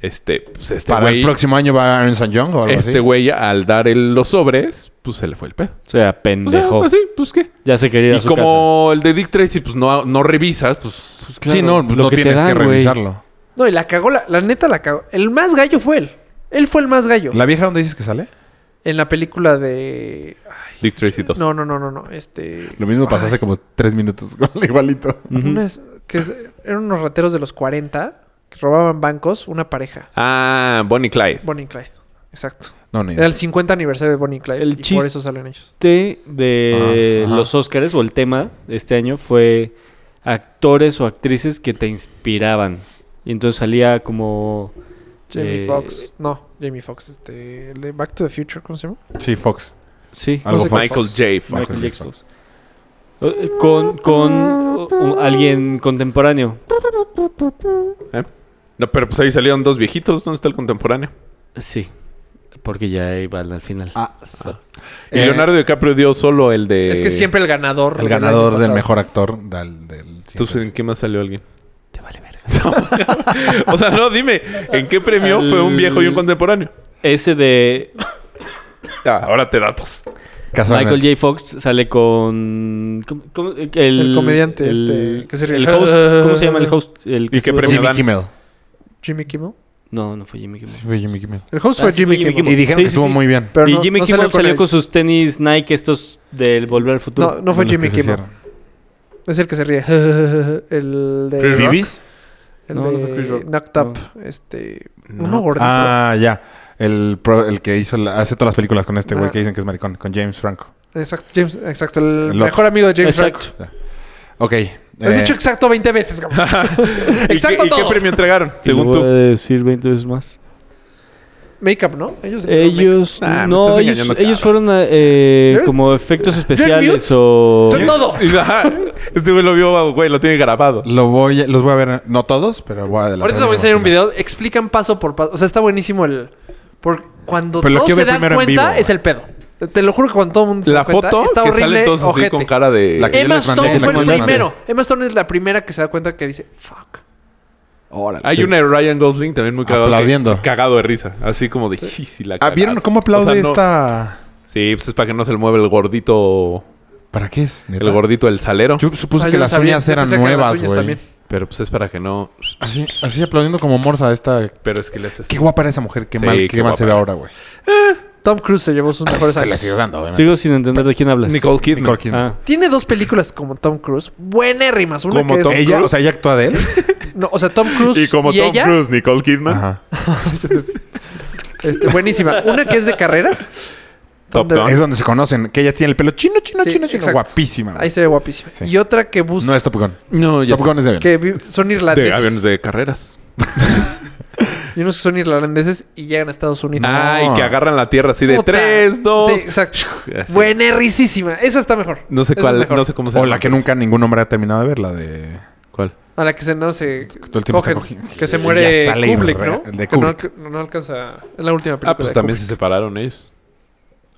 Este, pues este Para güey. el próximo año va Aaron St. John o algo Este así. güey, al dar el- los sobres, pues se le fue el pedo. O sea, O sea, pendejo. pues sí, pues qué. Ya se quería ir a Y su como el de Dick Tracy, pues no, no revisas, pues. casa. sí, no, Claro, no lo te tienes que dan, güey. revisarlo. No, y la cagó, la, la neta la cagó. El más gallo fue él. Él fue el más gallo. ¿La vieja dónde dices que sale? En la película de... Ay, Dick Tracy 2. no, no, no, no, no. Este... Lo mismo pasó hace como tres minutos con el igualito. Ujú. unas- que es- eran unos rateros de los 40 que robaban bancos, una pareja. Ah, Bonnie Clyde. Bonnie y Clyde. Exacto. No, ni Era idea. el 50 aniversario de Bonnie y Clyde. El y por chiste- eso salen ellos. Este de Ah, ajá. los Oscars o el tema de este año fue actores o actrices que te inspiraban. Y entonces salía como... Jamie eh, Foxx. No, Jamie Foxx. Este, el de Back to the Future, ¿cómo se llama? Sí, Fox. Sí. Algo no sé- Fox. Michael J. Fox. Michael J. Fox. Eh, Con, con uh, un- alguien contemporáneo. ¿Eh? No, pero pues ahí salieron dos viejitos. ¿Dónde está el contemporáneo? Sí. Porque ya iban al final. Ah, Y Eh, Leonardo DiCaprio dio solo el de. Es que siempre el ganador. El del año ganador del pasado. mejor actor del... del- ¿Tú en qué más salió alguien? Te vale verga. o sea, no, dime, ¿en qué premio fue un viejo y un contemporáneo? Ese de Ah, ahora te datos. Casualmente. Michael J. Fox sale con. ¿cómo- cómo- el, El comediante, el- este, que se ríe. el host. ¿Cómo se llama el host? El ¿Y qué estuvo- premio? Jimmy Dan. Kimmel. Jimmy Kimmel. No, no fue Jimmy Kimmel. Sí, fue Jimmy Kimmel. El host Ah, fue sí, fue Jimmy, Jimmy Kimmel. Y dijeron Sí, que sí, estuvo sí. muy bien. Pero y no- Jimmy no Kimmel salió él. con sus tenis Nike, estos del Volver al Futuro. No, no Con fue los Jimmy que se Kimmel. cierran. Es el que se ríe. el de... Chris Rock. ¿Vivis? El No, de no fue Chris Rock. Knocked Up. Este... Uno gordito. Ah, ya. El, pro- el que hizo la- hace todas las películas con este güey Ah. que dicen que es maricón, con James Franco. Exacto, James, exacto. El, El mejor otro. amigo de James Exacto. Franco. Ok. Has eh, dicho exacto 20 veces. cabrón. Exacto. Exacto ¿Y qué, todo. premio entregaron? Según tú. decir 20 veces más. Make-up, ¿no? Ellos... Ellos. Ah, me no, estás ellos, engañando, ellos cabrón. fueron eh, ¿Ves? como efectos especiales mute. o. Son todo. Y, ajá, este güey lo vio, güey, lo tiene grabado. Lo voy, a- los voy a ver, no todos, pero voy a adelantar. Ahorita te voy a enseñar un video. Explican paso por paso. O sea, está buenísimo el... Por cuando Pero lo todos quiero se ver dan primero en cuenta, vivo, güey. es el pedo. Te- Te lo juro que cuando todo el mundo se La da cuenta, foto está que horrible, salen todos así ojete. con cara de. La que- yo Emma les mandé, Stone la fue que el mandaste. primero. Emma Stone es la primera que se da cuenta que dice, fuck. Hay una de Ryan Gosling también muy cagado. Aplaudiendo. que- Cagado de risa. Así como de. "Sí, sí, la Ah, ¿Vieron cagaron". cómo aplaude O sea, no- esta...? Sí, pues es para que no se le mueva el gordito. ¿Para qué es? neta? El gordito del salero. Yo supuse Ah, que yo las sabía, uñas yo eran pensé que eran las nuevas, uñas güey. también. Pero pues es para que no. Así, así aplaudiendo como morsa esta... Pero es que le haces. Qué guapa era esa mujer, qué Sí, mal, qué, qué mal se ve guapa. ahora, güey. Tom Cruise se llevó sus mejores Se la años. sigue dando, obviamente. Sigo sin entender de quién hablas. Nicole Kidman. Nicole Kidman. Ah. Tiene dos películas como Tom Cruise, buenérrimas. Una Como que Tom es. ¿Ella? O sea, ¿ella actúa de él? No, o sea, Tom Cruise. Y como Tom ella, Cruise, Nicole Kidman. Ajá. este, buenísima. Una que es de carreras. Top donde- Gun. Es donde se conocen, que ella tiene el pelo chino, chino, Sí, chino, chino. exacto. Guapísima, güey. Ahí se ve guapísima. Sí. Y otra que busca. No es Top Gun. No, Top Gun es de que aviones. vi- son De irlandeses. aviones de carreras. Y unos que son irlandeses y llegan a Estados Unidos. Ah, y que agarran la tierra así de Puta. 3, 2. Sí, exacto. Así. Buenérrisísima. Esa está mejor. No sé Esa es cuál, mejor. no sé cómo se O llama. la que nunca ningún hombre ha terminado de ver, la de... ¿Cuál? A la que se, no, se Todo el tiempo está cogen, cogiendo. Que se Ella muere sale Kubrick, irre- ¿no? de Que no Kubrick. alca- No, alcanza. Es la última película. Ah, pues de también Kubrick. se separaron ellos.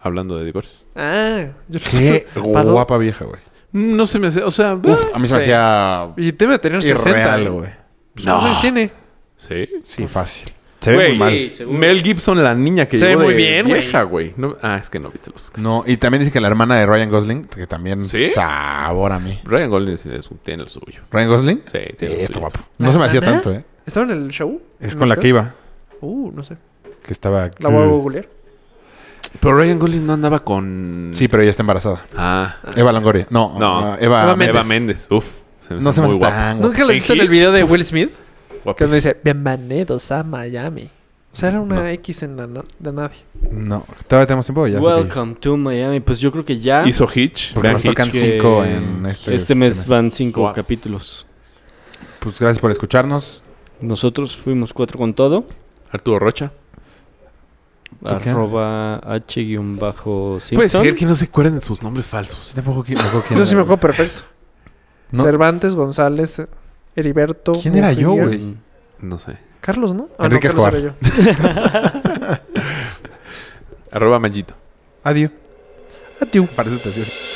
Hablando de divorcios. Ah, yo no Qué sé. ¿Pado? guapa vieja, güey. No se me hace, o sea... Uf, a mí se me Sí. hacía Y debe tener 60. irreal, güey. Pues, ¿Cuántos años tiene? Sí. Sí, fácil. Se ve Güey, muy mal. Mel Gibson, la niña que Se ve llegó muy de bien, güey. vieja, güey. No- ah, es que no viste los... No, y también dice que la hermana de Ryan Gosling, que también ¿Sí? sabor a mí. Ryan Gosling es- es- tiene el suyo. ¿Ryan Gosling? Sí, tiene Eh, el está suyo. guapo. No se me hacía tanto, ¿eh? ¿Estaba en el show? Es ¿En con la show? que iba, Mm. Uh, no sé. que estaba... La voy a googlear. Pero Ryan Gosling no andaba con... Mm. Sí, pero ella está embarazada. Ah. Eva Longoria. No, No. ah, Eva, Eva Eva Méndez. Méndez. Uf. Se me No se me muy hace guapa. tan guapa. ¿Nunca lo he ¿En visto en Hitch? el video de Will Smith? Que Guapísima. donde dice, bienvenidos a Miami. O sea, era una X en la na- de nadie. No, todavía tenemos tiempo. Ya sé que- Welcome to Miami. Pues yo creo que ya. Hizo Hitch. Porque Vean nos Hitch. tocan que- cinco en este, este, mes van cinco Wow. capítulos. Pues gracias por escucharnos. Nosotros fuimos cuatro con todo. Arturo Rocha. ¿Tú qué? Arroba H-Simpson. Puede ser que no se acuerden de sus nombres falsos. Tampoco qui- tampoco quién Yo sí era, me acuerdo perfecto. No. Cervantes, González, Heriberto. ¿Quién era yo, Mujía. güey? Mm. No sé. Carlos, ¿no? no, Enrique Carlos Escobar. era yo. Arroba Mallito. Adiós. Adiós. Ah, Parece que te hacías-